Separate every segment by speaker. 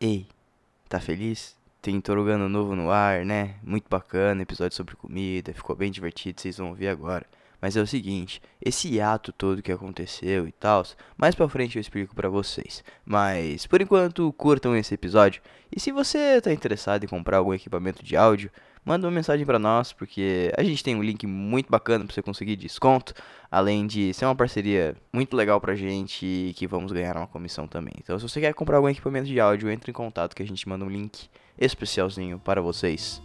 Speaker 1: Ei, tá feliz? Tem Torogano novo no ar, né? Muito bacana, episódio sobre comida, ficou bem divertido, vocês vão ouvir agora. Mas é o seguinte, esse ato todo que aconteceu e tal, mais pra frente eu explico pra vocês. Mas, por enquanto, curtam esse episódio. E se você tá interessado em comprar algum equipamento de áudio, manda uma mensagem pra nós, porque a gente tem um link muito bacana pra você conseguir desconto, além de ser uma parceria muito legal pra gente e que vamos ganhar uma comissão também. Então, se você quer comprar algum equipamento de áudio, entre em contato que a gente manda um link especialzinho para vocês.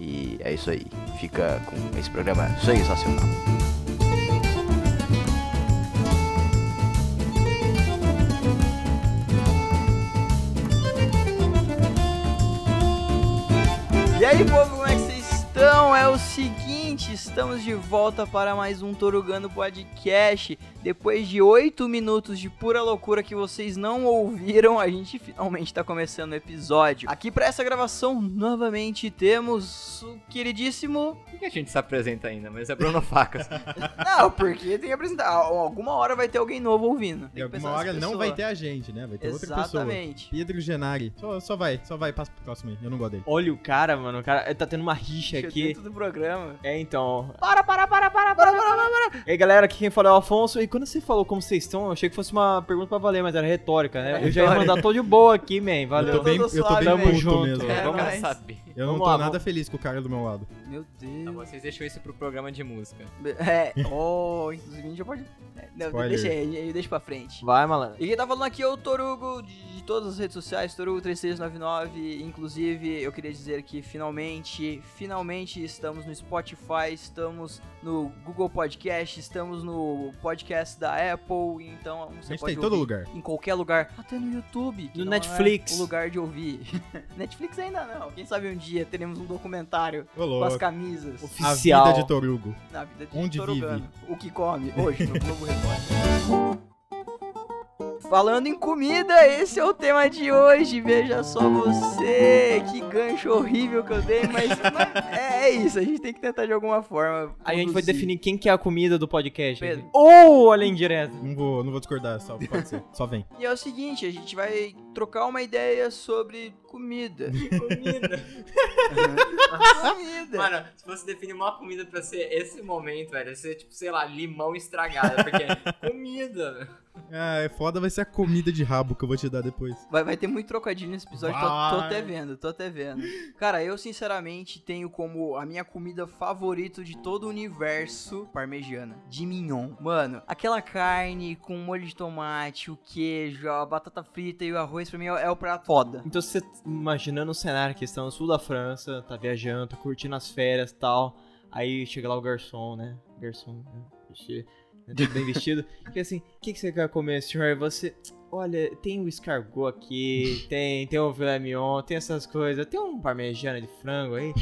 Speaker 1: E é isso aí. Fica com esse programa sensacional. E aí, povo, como é que vocês estão? É o seguinte, estamos de volta para mais um Torugano Podcast. Depois de oito minutos de pura loucura que vocês não ouviram, a gente finalmente está começando o episódio. Aqui para essa gravação, novamente, temos o queridíssimo
Speaker 2: Por que a gente se apresenta ainda? Mas é Bruno Facas.
Speaker 1: Não, porque tem que apresentar. Al- Alguma hora vai ter alguém novo ouvindo. Tem
Speaker 3: E
Speaker 1: que
Speaker 3: alguma
Speaker 1: pensar
Speaker 3: hora
Speaker 1: nessa
Speaker 3: não
Speaker 1: pessoa.
Speaker 3: vai ter a gente, né? Vai ter outra pessoa.
Speaker 1: Exatamente.
Speaker 3: Pedro Genari. Só, só vai, só vai, passa pro próximo aí. Eu não gosto dele.
Speaker 4: Olha o cara, mano. O cara tá tendo uma rixa
Speaker 1: Deixa
Speaker 4: aqui.
Speaker 1: dentro do programa.
Speaker 4: É, então. Para, para, para, para, para, para, para, para. E aí, galera, aqui quem fala é o Afonso. E quando você falou como vocês estão, eu achei que fosse uma pergunta pra valer, mas era retórica, né? Eu já ia
Speaker 1: Retórica.
Speaker 4: mandar tô de boa aqui, man.
Speaker 3: eu
Speaker 4: Valeu.
Speaker 3: tô bem,
Speaker 1: Todo
Speaker 3: eu tô
Speaker 1: suave,
Speaker 3: bem
Speaker 4: velho.
Speaker 3: puto
Speaker 4: Junto.
Speaker 3: mesmo.
Speaker 1: É,
Speaker 2: Vamos
Speaker 1: mas-
Speaker 2: saber.
Speaker 3: Eu não
Speaker 4: vamos
Speaker 3: tô
Speaker 4: lá,
Speaker 3: nada
Speaker 4: vamos-
Speaker 3: feliz com o cara do meu lado.
Speaker 1: Meu
Speaker 2: Tá bom,
Speaker 1: Deus.
Speaker 2: vocês deixam isso pro programa de música.
Speaker 1: É, oh, inclusive a gente já pode. é, Não,
Speaker 3: Spoiler.
Speaker 1: deixa aí, deixa pra frente.
Speaker 4: Vai, malandro.
Speaker 1: E quem tá falando aqui é o Torugo de, de todas as redes sociais, Torugo3699. Inclusive, eu queria dizer que finalmente, finalmente estamos no Spotify, estamos no Google Podcast, estamos no podcast da Apple, então
Speaker 3: A
Speaker 1: você
Speaker 3: gente tá
Speaker 1: pode
Speaker 3: em todo
Speaker 1: ouvir.
Speaker 3: lugar.
Speaker 1: em qualquer lugar, até no YouTube, que
Speaker 4: No
Speaker 1: não
Speaker 4: Netflix.
Speaker 1: é o lugar de ouvir. Netflix ainda não. Quem sabe um dia teremos um documentário
Speaker 3: Ô,
Speaker 1: com as
Speaker 3: louco.
Speaker 1: camisas
Speaker 3: A
Speaker 4: Oficial.
Speaker 3: vida de Torugo.
Speaker 1: na vida de
Speaker 3: Onde
Speaker 1: Torugano. O que come hoje no Globo Repórter. Falando em comida, esse é o tema de hoje. Veja só você, que gancho horrível que eu dei, mas, mas é, é isso. A gente tem que tentar de alguma forma.
Speaker 4: Aí a gente vai
Speaker 1: produzir.
Speaker 4: definir quem que é a comida do podcast.
Speaker 1: Pedro.
Speaker 4: Ou além direto.
Speaker 3: Não vou, não vou discordar, só pode ser. Só vem.
Speaker 1: E é o seguinte, a gente vai trocar uma ideia sobre comida.
Speaker 2: Comida.
Speaker 1: comida.
Speaker 2: Mano, se fosse definir uma comida pra ser esse momento, velho, ia ser tipo, sei lá, limão estragado. Porque é comida.
Speaker 3: Ah, é foda, vai ser a comida de rabo que eu vou te dar depois.
Speaker 1: Vai, vai ter muito trocadilho nesse episódio, tô, tô
Speaker 3: Vai.
Speaker 1: até vendo, tô até vendo. Cara, eu sinceramente tenho como a minha comida favorita de todo o universo parmegiana, de mignon. Mano, aquela carne com molho de tomate, o queijo, a batata frita e o arroz pra mim é, é o prato foda.
Speaker 4: Então você tá imaginando o cenário que está no sul da França, tá viajando, tá curtindo as férias e tal. Aí chega lá o garçom, né? Garçom, né? Vestido, né? Tudo bem vestido. Fica assim, o que, que você quer comer, senhor? E Você. Olha, tem o escargot aqui, tem, tem o filé mignon, tem essas coisas, tem um parmegiana de frango aí.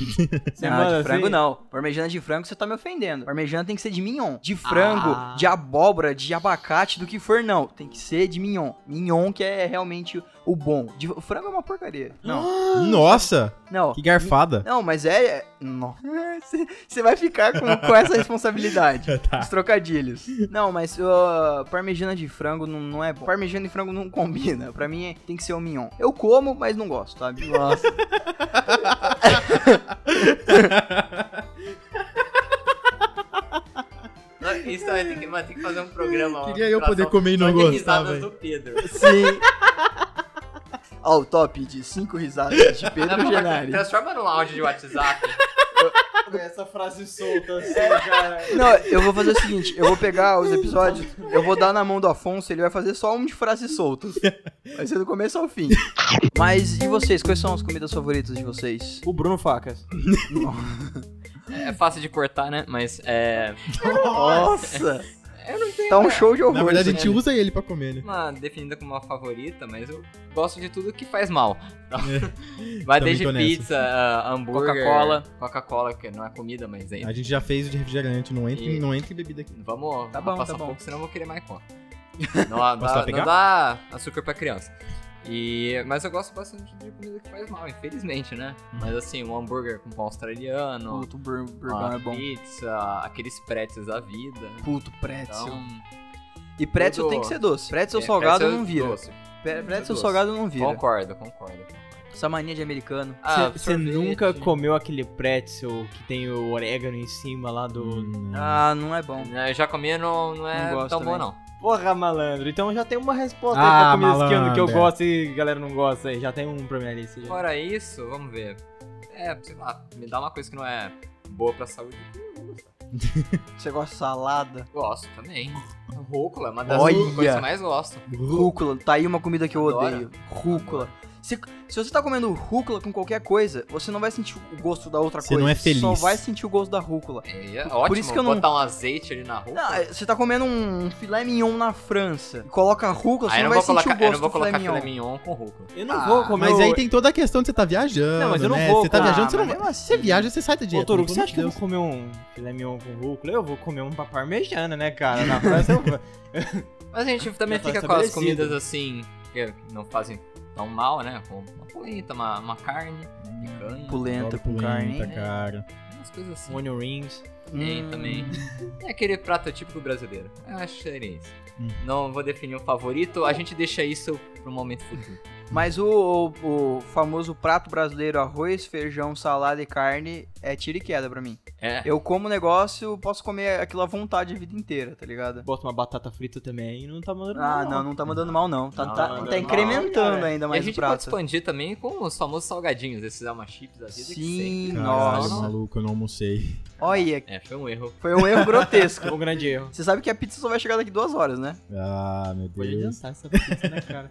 Speaker 4: Você
Speaker 1: não,
Speaker 4: manda
Speaker 1: Ah, de frango
Speaker 4: assim?
Speaker 1: não. Parmejana de frango você tá me ofendendo. Parmejana tem que ser de mignon. De frango,
Speaker 4: Ah.
Speaker 1: de abóbora, de abacate, do que for não. Tem que ser de mignon. Mignon que é realmente o bom. De- o frango é uma porcaria. Não,
Speaker 3: Nossa,
Speaker 1: não.
Speaker 3: que garfada.
Speaker 1: Não, mas é. é- Nossa, você vai ficar com, com essa responsabilidade. Os
Speaker 3: tá.
Speaker 1: trocadilhos. Não, mas ó, parmegiana de frango não, não é bom. Parmegiana e frango não combina. Pra mim é- tem que ser o mignon. Eu como, mas não gosto, sabe? Nossa.
Speaker 2: Isso vai ter que, mano, tem que fazer um programa. ó,
Speaker 3: Queria eu
Speaker 2: pra
Speaker 3: poder
Speaker 2: só-
Speaker 3: comer e não
Speaker 2: só tem
Speaker 3: gostar,
Speaker 2: risadas
Speaker 3: velho.
Speaker 2: do Pedro.
Speaker 1: Sim. Ao top de cinco risadas de
Speaker 2: Não,
Speaker 1: Pedro
Speaker 2: pô,
Speaker 1: Genari.
Speaker 2: Transforma num áudio de WhatsApp.
Speaker 4: Essa frase solta assim, cara.
Speaker 1: Não, eu vou fazer o seguinte: eu vou pegar os episódios, eu vou dar na mão do Afonso, ele vai fazer só um de frases soltas. Vai ser do começo ao fim. Mas e vocês? Quais são as comidas favoritas de vocês?
Speaker 4: O Bruno Facas.
Speaker 2: É fácil de cortar, né? Mas é.
Speaker 1: Nossa! Tá um show de horror.
Speaker 3: Na verdade, a
Speaker 1: isso
Speaker 3: gente usa ele pra comer, né?
Speaker 2: uma definida como uma favorita, mas eu gosto de tudo que faz mal. Vai
Speaker 3: É. Também
Speaker 2: desde
Speaker 3: tô nessa.
Speaker 2: pizza, ah, hambúrguer,
Speaker 4: Coca-Cola.
Speaker 2: Coca-Cola, que não é comida, mas aí.
Speaker 3: A gente já fez o de refrigerante, não entra,
Speaker 2: E-
Speaker 3: não entra em bebida aqui.
Speaker 2: Vamos,
Speaker 1: Tá
Speaker 2: vamos
Speaker 1: bom,
Speaker 2: passar
Speaker 1: tá bom.
Speaker 2: pouco, senão eu vou querer mais coca. Não, dá-
Speaker 3: Posso lá
Speaker 2: não
Speaker 3: pegar?
Speaker 2: dá açúcar pra criança. E, mas eu gosto bastante de comida que faz mal, infelizmente, né?
Speaker 3: Uhum.
Speaker 2: Mas assim, um hambúrguer com pão australiano,
Speaker 1: Puto bur-
Speaker 2: uma
Speaker 1: burgão é bom.
Speaker 2: pizza, aqueles pretzels da vida.
Speaker 1: Puto pretzel.
Speaker 2: Então,
Speaker 1: E pretzel
Speaker 2: Tudo-
Speaker 1: tem que ser doce. Pretzel
Speaker 2: É,
Speaker 1: salgado
Speaker 2: pretzel
Speaker 1: não vira.
Speaker 2: doce.
Speaker 1: Pre- Pretzel é
Speaker 2: doce.
Speaker 1: salgado não vira.
Speaker 2: Concordo, concordo.
Speaker 1: Essa mania de americano.
Speaker 4: Você
Speaker 2: Ah, sorvete.
Speaker 4: nunca comeu aquele pretzel que tem o orégano em cima lá do.
Speaker 3: Hum.
Speaker 1: Ah, não é bom.
Speaker 2: Não, Né, Eu já comi, não, não é
Speaker 1: Não gosto
Speaker 2: tão bom,
Speaker 1: também.
Speaker 2: não.
Speaker 4: Porra, malandro. Então já tem uma resposta
Speaker 3: Ah,
Speaker 4: aí pra comida esquina que eu
Speaker 3: malandro, é.
Speaker 4: gosto e a galera não gosta aí. Já tem um pra minha lista. já.
Speaker 2: Fora isso, vamos ver. É, sei lá, me dá uma coisa que não é boa pra saúde.
Speaker 1: Você gosta de salada?
Speaker 2: Gosto também. Rúcula é uma das
Speaker 1: Olha!
Speaker 2: coisas que eu mais gosto.
Speaker 1: Rúcula. Tá aí uma comida que eu
Speaker 2: Adoro.
Speaker 1: odeio. Rúcula. Se, se você tá comendo rúcula com qualquer coisa, você não vai sentir o gosto da outra
Speaker 3: Você
Speaker 1: coisa.
Speaker 3: não é
Speaker 1: Só
Speaker 3: feliz.
Speaker 1: vai sentir o gosto da rúcula.
Speaker 2: É, é ótimo
Speaker 1: isso que eu não-
Speaker 2: botar um azeite ali na rúcula.
Speaker 1: Não, você tá comendo um filé mignon na França e coloca rúcula, você
Speaker 2: aí eu
Speaker 1: não
Speaker 2: não
Speaker 1: vai
Speaker 2: vou
Speaker 1: sentir
Speaker 2: colocar,
Speaker 1: o
Speaker 2: eu
Speaker 1: gosto
Speaker 2: não vou
Speaker 1: do filé
Speaker 2: colocar
Speaker 1: mignon.
Speaker 2: filé mignon com rúcula.
Speaker 4: Eu não
Speaker 1: Ah,
Speaker 4: vou comer.
Speaker 3: Mas
Speaker 4: o-
Speaker 3: aí tem toda a questão de você tá viajando.
Speaker 4: Não, mas eu não
Speaker 3: né?
Speaker 4: vou,
Speaker 3: Você tá
Speaker 4: cara.
Speaker 3: viajando, você não
Speaker 1: mas
Speaker 3: vai.
Speaker 1: mesmo assim-
Speaker 3: Você viaja, você sai da dieta.
Speaker 4: Ô, Toru,
Speaker 3: né?
Speaker 4: você acha que eu
Speaker 3: Pelo
Speaker 4: vou comer um filé mignon com rúcula? Eu vou comer uma parmegiana, né, cara? Na França eu vou.
Speaker 2: Mas a gente também
Speaker 4: Já tá
Speaker 2: fica com as
Speaker 4: estabelecido.
Speaker 2: comidas assim, que não fazem tão mal, né? Com uma polenta, uma, uma carne, né? picanha,
Speaker 1: Pulenta
Speaker 3: Deus.
Speaker 1: com carne.
Speaker 3: Pimenta, cara.
Speaker 2: umas coisas assim.
Speaker 4: Um Onion rings.
Speaker 2: Tem
Speaker 1: Hum.
Speaker 2: também. É aquele prato típico brasileiro. Eu acho que seria isso.
Speaker 3: Hum.
Speaker 2: Não vou definir um favorito, a gente deixa isso pro momento futuro.
Speaker 1: Mas o, o- o famoso prato brasileiro, arroz, feijão, salada e carne, é tiro e queda pra mim.
Speaker 2: É.
Speaker 1: Eu como o negócio, posso comer aquilo à vontade a vida inteira, tá ligado?
Speaker 4: Bota uma batata frita também e não tá mandando
Speaker 1: Ah,
Speaker 4: mal,
Speaker 1: não, não tá mandando mal não. Tá,
Speaker 4: Não,
Speaker 1: tá-
Speaker 4: mandando
Speaker 1: tá
Speaker 4: mal,
Speaker 1: incrementando
Speaker 4: cara.
Speaker 1: ainda
Speaker 2: E a
Speaker 1: mais o
Speaker 2: gente pode
Speaker 1: prato.
Speaker 2: expandir também com os famosos salgadinhos, esses alma chips da vida
Speaker 1: Sim,
Speaker 2: que sempre.
Speaker 3: Caralho,
Speaker 1: Nossa.
Speaker 3: é maluco, eu não almocei.
Speaker 1: Olha,
Speaker 2: É, foi um erro.
Speaker 1: foi um erro grotesco.
Speaker 4: Um grande erro.
Speaker 1: Você sabe que a pizza só vai chegar daqui duas horas, né?
Speaker 3: Ah, meu
Speaker 4: Pode
Speaker 3: Deus.
Speaker 4: adiantar essa pizza, né, cara?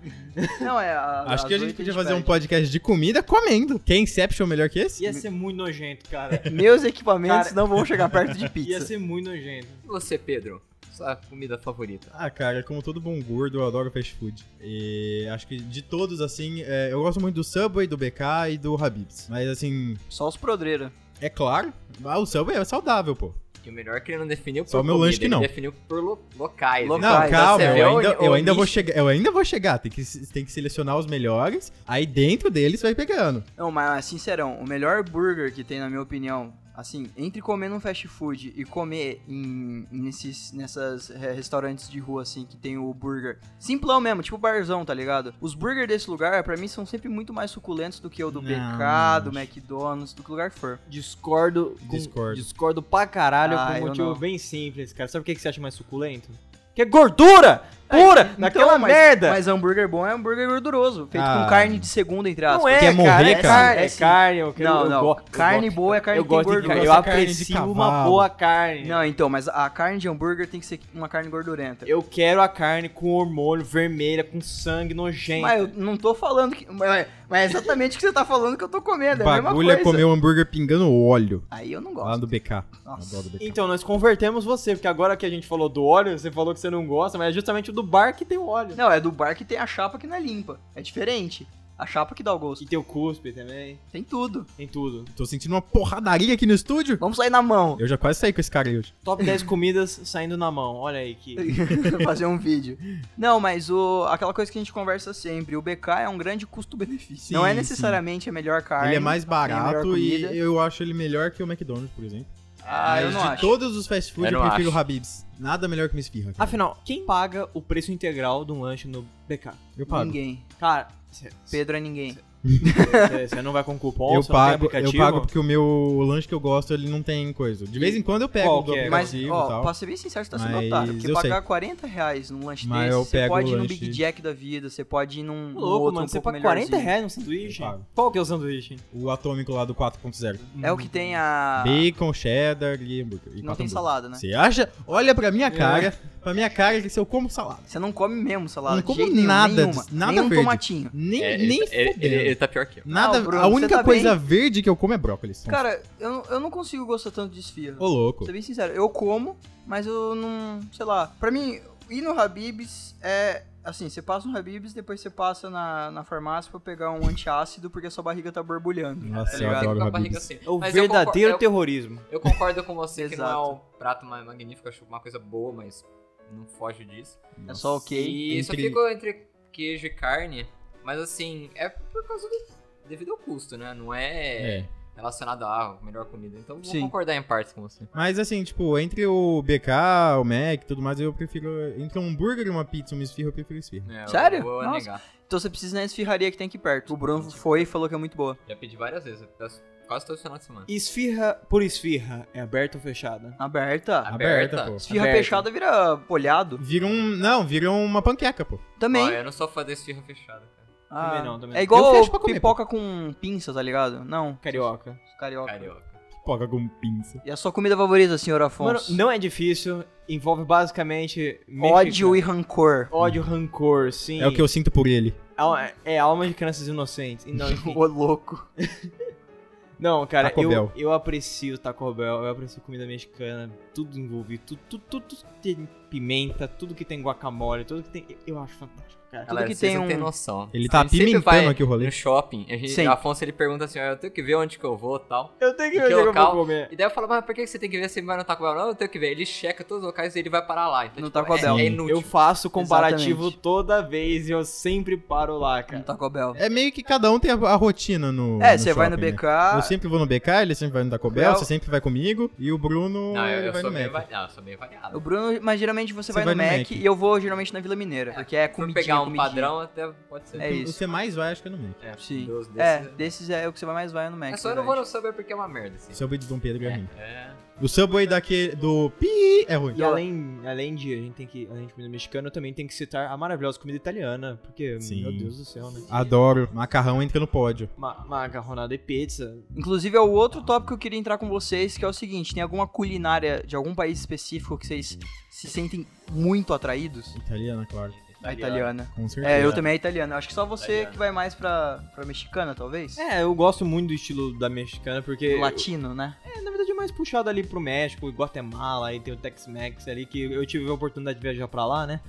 Speaker 1: Não, é. a-
Speaker 3: Acho
Speaker 1: às
Speaker 3: que a
Speaker 1: oito
Speaker 3: gente podia fazer um
Speaker 1: pede.
Speaker 3: podcast de comida comendo. Quem Inception melhor que esse?
Speaker 4: Ia ser muito nojento, cara.
Speaker 1: Meus equipamentos
Speaker 4: Cara-
Speaker 1: não vão chegar perto de
Speaker 4: Ia
Speaker 1: pizza.
Speaker 4: ser muito nojento.
Speaker 2: E você, Pedro? Sua comida favorita?
Speaker 3: Ah, cara, como todo bom gordo, eu adoro fast food. E acho que de todos, assim, é, eu gosto muito do Subway, do BK e do Habib's. Mas, assim,
Speaker 1: Só os prodreiros.
Speaker 3: é claro, ah, o Subway é saudável, pô.
Speaker 2: E o melhor é que ele não definiu por
Speaker 3: Só o meu
Speaker 2: comida,
Speaker 3: lanche que não.
Speaker 2: ele definiu por lo- locais.
Speaker 1: Não,
Speaker 3: Não,
Speaker 1: Vai,
Speaker 3: calma,
Speaker 2: você vê
Speaker 3: eu ainda,
Speaker 2: o-
Speaker 3: eu
Speaker 2: o
Speaker 3: ainda vou
Speaker 2: nicho.
Speaker 3: chegar. Eu ainda vou chegar. Tem que, se- tem que selecionar os melhores. Aí dentro deles vai pegando.
Speaker 1: Não, mas sincerão, o melhor burger que tem, na minha opinião, assim, entre comer num fast food e comer em, nesses nessas é, restaurantes de rua, assim, que tem o burger. Simplão mesmo, tipo barzão, tá ligado? Os burgers desse lugar, pra mim, são sempre muito mais suculentos do que o do
Speaker 3: Não,
Speaker 1: BK, do
Speaker 3: não
Speaker 1: McDonald's, do que lugar que for.
Speaker 4: Discordo. com-
Speaker 3: Discordo.
Speaker 4: Discordo pra caralho
Speaker 1: Ah,
Speaker 4: por
Speaker 1: eu
Speaker 4: um motivo
Speaker 1: não.
Speaker 4: bem simples, cara. Sabe o que que você acha mais suculento? Que é gordura! Pura!
Speaker 1: Então,
Speaker 4: naquela
Speaker 1: mas-
Speaker 4: merda!
Speaker 1: Mas hambúrguer bom é hambúrguer gorduroso, feito
Speaker 3: Ah.
Speaker 1: com carne de segunda, entre aspas.
Speaker 4: Não é,
Speaker 3: Quer
Speaker 4: cara,
Speaker 3: morrer,
Speaker 4: é
Speaker 3: cara?
Speaker 4: carne, é
Speaker 1: Sim.
Speaker 4: carne, eu quero,
Speaker 1: Não,
Speaker 4: eu
Speaker 1: não.
Speaker 4: gosto- eu
Speaker 1: carne
Speaker 4: gosto.
Speaker 1: boa é carne
Speaker 4: eu
Speaker 1: que tem
Speaker 4: gosto de
Speaker 1: gordura.
Speaker 4: carne, eu
Speaker 3: Essa carne de
Speaker 4: aprecio uma
Speaker 3: cavalo.
Speaker 4: boa carne.
Speaker 1: Não, então, mas a carne de hambúrguer tem que ser uma carne gordurenta.
Speaker 4: Eu quero a carne com hormônio vermelha, com sangue nojento.
Speaker 1: Mas eu não tô falando que. Mas, mas é exatamente o que você tá falando que eu tô comendo. É a mesma
Speaker 3: Bagulho
Speaker 1: coisa.
Speaker 3: é comer um hambúrguer pingando óleo.
Speaker 1: Aí eu não
Speaker 3: Lá
Speaker 1: gosto.
Speaker 3: do BK.
Speaker 1: Nossa.
Speaker 3: Adoro BK.
Speaker 4: Então, nós convertemos você, porque agora que a gente falou do óleo, você falou que você não gosta, mas é justamente o do bar que tem o óleo.
Speaker 1: Não, é do bar que tem a chapa que não é limpa. É diferente. A chapa que dá o gosto.
Speaker 4: E tem o cuspe também,
Speaker 1: Tem tudo.
Speaker 4: tem tudo.
Speaker 3: Tô sentindo uma porradaria aqui no estúdio.
Speaker 1: Vamos sair na mão.
Speaker 3: Eu já quase saí com esse cara aí hoje.
Speaker 4: Top 10 comidas saindo na mão, olha aí que...
Speaker 1: Fazer um vídeo. Não, mas o, aquela coisa que a gente conversa sempre. O BK é um grande custo-benefício.
Speaker 3: Sim,
Speaker 1: Não é necessariamente a melhor carne.
Speaker 3: ele é mais barato
Speaker 1: tem a
Speaker 3: e
Speaker 1: melhor comida.
Speaker 3: eu acho ele melhor que o McDonald's, por exemplo.
Speaker 1: Ah, eu
Speaker 3: Mas
Speaker 1: não
Speaker 3: de
Speaker 1: acho.
Speaker 3: todos os fast food,
Speaker 2: Eu
Speaker 3: eu,
Speaker 2: não
Speaker 3: prefiro
Speaker 2: acho.
Speaker 3: o Habib's. Nada melhor que uma esfirra. cara.
Speaker 4: Afinal, quem paga o preço integral de um lanche no BK?
Speaker 3: Eu pago.
Speaker 1: Ninguém.
Speaker 4: Cara, você-
Speaker 1: Pedro é ninguém.
Speaker 4: você você não vai com cupom,
Speaker 3: eu
Speaker 4: você não tem
Speaker 3: pago, eu
Speaker 4: aplicativo?
Speaker 3: pago porque o meu lanche que eu gosto, ele não tem coisa. De vez em quando eu pego
Speaker 4: Qual
Speaker 3: do
Speaker 4: que é?
Speaker 1: Mas,
Speaker 3: aplicativo e
Speaker 1: ó,
Speaker 3: tal.
Speaker 1: pra ser bem sincero, você tá sendo
Speaker 3: Mas
Speaker 1: otário. Porque
Speaker 3: eu
Speaker 1: pagar 40 reais num lanche
Speaker 3: Mas
Speaker 1: desse,
Speaker 3: eu
Speaker 1: você
Speaker 3: pego
Speaker 1: pode
Speaker 3: o
Speaker 1: ir num
Speaker 3: lanche.
Speaker 1: Big Jack da vida, você pode ir num,
Speaker 4: Ô,
Speaker 1: num
Speaker 4: Tá Louco,
Speaker 1: outro
Speaker 4: mano,
Speaker 1: um
Speaker 4: você
Speaker 1: pouco
Speaker 4: paga 40
Speaker 1: melhorzinho.
Speaker 4: reais num sanduíche?
Speaker 3: Eu pago.
Speaker 4: Qual que é o sanduíche?
Speaker 3: O atômico lá do 4.0.
Speaker 1: É
Speaker 2: Hum.
Speaker 1: o que tem a...
Speaker 3: Bacon, cheddar e hambúrguer. E
Speaker 1: Não tem
Speaker 3: quatro hambúrguer.
Speaker 1: salada, né?
Speaker 3: Você acha? Olha pra
Speaker 2: É.
Speaker 3: minha cara. Pra minha cara que se eu como salada.
Speaker 1: Você não come mesmo salada.
Speaker 3: Não
Speaker 1: de
Speaker 3: como
Speaker 1: jeito nenhum,
Speaker 3: nada
Speaker 1: nenhuma.
Speaker 3: disso, nada
Speaker 1: Nem um
Speaker 3: verde.
Speaker 1: tomatinho.
Speaker 3: Nem,
Speaker 2: É,
Speaker 3: nem
Speaker 2: ele, ele,
Speaker 3: fudendo.
Speaker 2: ele- ele tá pior que eu.
Speaker 3: Nada,
Speaker 1: Ah, Bruno,
Speaker 3: a
Speaker 1: você
Speaker 3: única
Speaker 1: tá
Speaker 3: coisa verde que eu como é brócolis. Então.
Speaker 1: Cara, eu, não- eu não consigo gostar tanto de esfirra.
Speaker 3: Ô, louco.
Speaker 1: Pra ser bem sincero, eu como, mas eu não... Sei lá. Pra mim, ir no Habib's é... Assim, você passa no Habib's, depois você passa na, na farmácia pra pegar um antiácido porque a sua barriga tá borbulhando.
Speaker 3: Nossa, eu
Speaker 1: ligado?
Speaker 3: adoro
Speaker 2: Com a
Speaker 3: o
Speaker 2: barriga
Speaker 3: Habib's.
Speaker 2: assim.
Speaker 4: É o
Speaker 2: Mas eu concor-
Speaker 4: verdadeiro
Speaker 2: eu-
Speaker 4: terrorismo.
Speaker 2: Eu concordo com você que não é
Speaker 1: Exato.
Speaker 2: um prato mais magnífico, acho uma coisa boa, mas não foge disso.
Speaker 1: É só ok.
Speaker 2: E só
Speaker 3: Entre-
Speaker 2: fico entre queijo e carne, mas assim, é por causa do. devido ao custo, né? Não é.
Speaker 3: É.
Speaker 2: relacionado à melhor comida. Então vou
Speaker 4: Sim.
Speaker 2: concordar em partes com você.
Speaker 3: Mas assim, tipo, entre o BK, o Mac e tudo mais, eu prefiro. Entre um hambúrguer e uma pizza, uma esfirra, eu prefiro esfirra.
Speaker 2: É, eu
Speaker 1: Sério?
Speaker 2: vou
Speaker 1: Nossa.
Speaker 2: negar.
Speaker 1: Então você precisa ir na esfirraria que tem aqui perto. O Bruno foi e falou que é muito boa.
Speaker 2: Já pedi várias vezes, eu peço quase todo final de semana.
Speaker 4: Esfirra por esfirra, é aberta ou fechada?
Speaker 1: Tá Aberta.
Speaker 2: Aberta?
Speaker 3: Aberta, pô.
Speaker 1: Esfirra
Speaker 4: Aberta.
Speaker 1: fechada vira polhado.
Speaker 3: Vira um. Não, vira uma panqueca, pô.
Speaker 2: Ó,
Speaker 1: Também.
Speaker 2: eu não sou fã da esfirra fechada, cara.
Speaker 1: Ah,
Speaker 4: Também não, também
Speaker 1: É
Speaker 4: não.
Speaker 1: igual
Speaker 3: Eu fecho pra comer,
Speaker 1: pipoca com pinça, tá ligado? Não,
Speaker 4: Carioca.
Speaker 1: carioca.
Speaker 2: Carioca.
Speaker 3: Poca com pinça.
Speaker 1: E a sua comida favorita, senhor
Speaker 4: Mano,
Speaker 1: Afonso?
Speaker 4: não é difícil, envolve basicamente...
Speaker 1: Ódio
Speaker 4: mexicano.
Speaker 1: e rancor.
Speaker 4: Ódio, rancor, sim.
Speaker 3: É o que eu sinto por ele.
Speaker 4: Al- É alma de crianças inocentes. Não, enfim.
Speaker 1: Ô, louco.
Speaker 4: Não, cara,
Speaker 3: Taco
Speaker 4: eu,
Speaker 3: Bell.
Speaker 4: eu aprecio Taco Bell, eu aprecio comida mexicana, tudo envolvido, tudo, tudo, tudo, tudo que tem pimenta, tudo que tem guacamole, tudo que tem. Eu acho fantástico, cara.
Speaker 1: Ela-
Speaker 2: Galera,
Speaker 1: que
Speaker 2: vocês
Speaker 1: tem
Speaker 2: não têm
Speaker 1: um-
Speaker 2: noção.
Speaker 3: Ele tá
Speaker 2: A gente sempre
Speaker 3: apimentando
Speaker 2: vai
Speaker 3: aqui o rolê.
Speaker 2: No shopping, a gente,
Speaker 1: Sim.
Speaker 2: Afonso ele pergunta assim, ó, eu tenho que ver onde que eu vou e tal.
Speaker 4: Eu tenho que
Speaker 2: E que
Speaker 4: ver o que eu vou
Speaker 2: local?
Speaker 4: comer.
Speaker 2: E daí eu falo, mas por que você tem que ver se vai no Taco Bell? Não, eu tenho que ver. Ele checa todos os locais e ele vai parar lá. Então,
Speaker 1: No
Speaker 2: tipo,
Speaker 1: Taco
Speaker 2: é-
Speaker 1: Bell.
Speaker 2: É,
Speaker 1: Sim.
Speaker 2: inútil.
Speaker 4: Eu faço comparativo
Speaker 1: Exatamente. Então,
Speaker 4: toda vez e eu sempre paro lá,
Speaker 1: Não
Speaker 4: cara.
Speaker 1: Taco Bell.
Speaker 3: É meio que cada um tem a, a rotina no.
Speaker 1: É, você vai no
Speaker 3: shopping, né?
Speaker 1: BK.
Speaker 3: Eu sempre vou no BK, ele sempre vai no Taco Bell,
Speaker 1: Bel.
Speaker 3: você sempre vai comigo. E o Bruno
Speaker 2: Não, eu,
Speaker 3: ele
Speaker 2: eu
Speaker 3: vai
Speaker 2: sou
Speaker 3: no
Speaker 2: meio
Speaker 3: Mac.
Speaker 2: variado. Não, eu sou meio variado.
Speaker 1: O Bruno, mas geralmente você, vai, no, Mac, e eu vou geralmente na Vila Mineira, porque é
Speaker 2: Se for
Speaker 1: comidinha,
Speaker 2: pegar um
Speaker 1: comidinha.
Speaker 2: padrão, até pode ser.
Speaker 1: É
Speaker 3: O que
Speaker 1: isso.
Speaker 3: Você mais vai, acho que é no Mac.
Speaker 2: É,
Speaker 1: Sim.
Speaker 2: dos desses-
Speaker 1: É, desses é o que você mais vai no Mac.
Speaker 2: É só eu não vou
Speaker 1: verdade.
Speaker 2: no Subway porque é uma merda, assim.
Speaker 3: O Subway de Dom Pedro é, ruim.
Speaker 2: É.
Speaker 3: O Subway daquele do Pi é ruim.
Speaker 4: E além, além de a gente tem que, além de comida mexicana, eu também tenho que citar a maravilhosa comida italiana, porque,
Speaker 3: Sim. Ah.
Speaker 4: meu Deus do céu, né?
Speaker 3: Adoro. Macarrão entra no pódio.
Speaker 4: Ma macarronada e pizza.
Speaker 1: Inclusive, é o outro tópico que eu queria entrar com vocês, que é o seguinte: tem alguma culinária de algum país específico que vocês se sentem muito atraídos?
Speaker 3: Italiana, claro.
Speaker 1: A italiana.
Speaker 3: Com certeza.
Speaker 1: É, eu também é italiana. Acho que só você
Speaker 2: Italiana.
Speaker 1: que vai mais pra, pra mexicana, talvez?
Speaker 4: É, eu gosto muito do estilo da mexicana, porque.
Speaker 1: Latino, né?
Speaker 4: É, na verdade, é mais puxado ali pro México, Guatemala, aí tem o Tex-Mex ali, que eu tive a oportunidade de viajar pra lá, né?